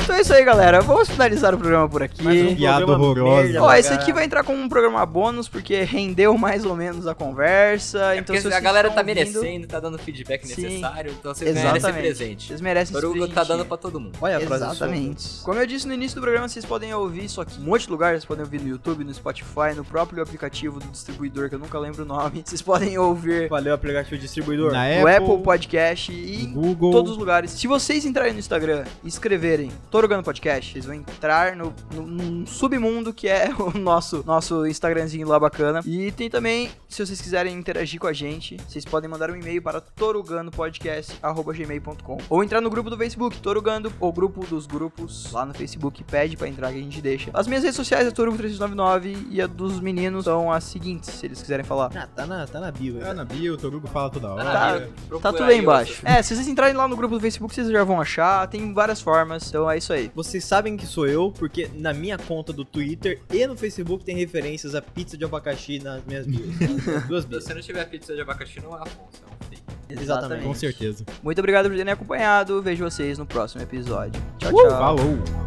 Speaker 1: Então é isso aí, galera. Vamos finalizar o programa por aqui.
Speaker 4: Mais um né,
Speaker 3: Piada
Speaker 4: programa
Speaker 3: horrorosa.
Speaker 4: merda,
Speaker 1: Ó, esse
Speaker 4: cara.
Speaker 1: aqui vai entrar como um programa bônus, porque rendeu mais ou menos a conversa.
Speaker 2: É
Speaker 1: então,
Speaker 2: porque
Speaker 1: se
Speaker 2: a
Speaker 1: vocês
Speaker 2: galera
Speaker 1: estão
Speaker 2: tá
Speaker 1: ouvindo,
Speaker 2: merecendo, tá dando feedback
Speaker 1: Sim.
Speaker 2: necessário, então vocês ganharam esse
Speaker 1: Exatamente.
Speaker 2: presente.
Speaker 1: Vocês merecem esse
Speaker 2: Torugo tá
Speaker 1: presentinho.
Speaker 2: dando pra todo mundo.
Speaker 4: Olha a frase
Speaker 1: Exatamente. Como eu disse no início do programa, vocês podem ouvir isso aqui em um monte de lugares. Vocês podem ouvir no YouTube, no Spotify, no próprio aplicativo do distribuidor, que eu nunca lembro o nome. Vocês podem ouvir
Speaker 4: Valeu, aplicativo distribuidor.
Speaker 3: Na
Speaker 1: no Apple,
Speaker 3: Apple,
Speaker 1: Podcast e em
Speaker 3: Google.
Speaker 1: todos os lugares. Se vocês entrarem no Instagram e escreverem Torogando Podcast, vocês vão entrar no, no- num submundo que é o nosso, nosso Instagramzinho lá bacana. E tem também, se vocês quiserem interagir com a gente, vocês podem mandar um e-mail para toruganopodcast.gmail.com ou entrar no grupo do Facebook, Torugando, ou grupo dos grupos lá no Facebook. Pede pra entrar que a gente deixa. As minhas redes sociais é Torugo399 e a dos meninos são as seguintes, se eles quiserem falar.
Speaker 4: Ah, tá na, tá na bio.
Speaker 3: Tá na bio, o Torugo fala toda
Speaker 2: é
Speaker 3: hora.
Speaker 1: Tá, Tá tudo aí embaixo. É, se vocês entrarem lá no grupo do Facebook, vocês já vão achar. Tem várias formas, então é isso aí.
Speaker 4: Vocês sabem que sou eu, porque na minha conta do Twitter e no Facebook tem referências a pizza de abacaxi nas minhas bios. Nas Duas
Speaker 2: Se
Speaker 4: bios.
Speaker 2: você não tiver pizza de abacaxi, não é Afonso, é um fake.
Speaker 3: Com certeza.
Speaker 1: tá. Muito obrigado por terem acompanhado. Vejo vocês no próximo episódio. Tchau, tchau.
Speaker 3: Uh, Falou.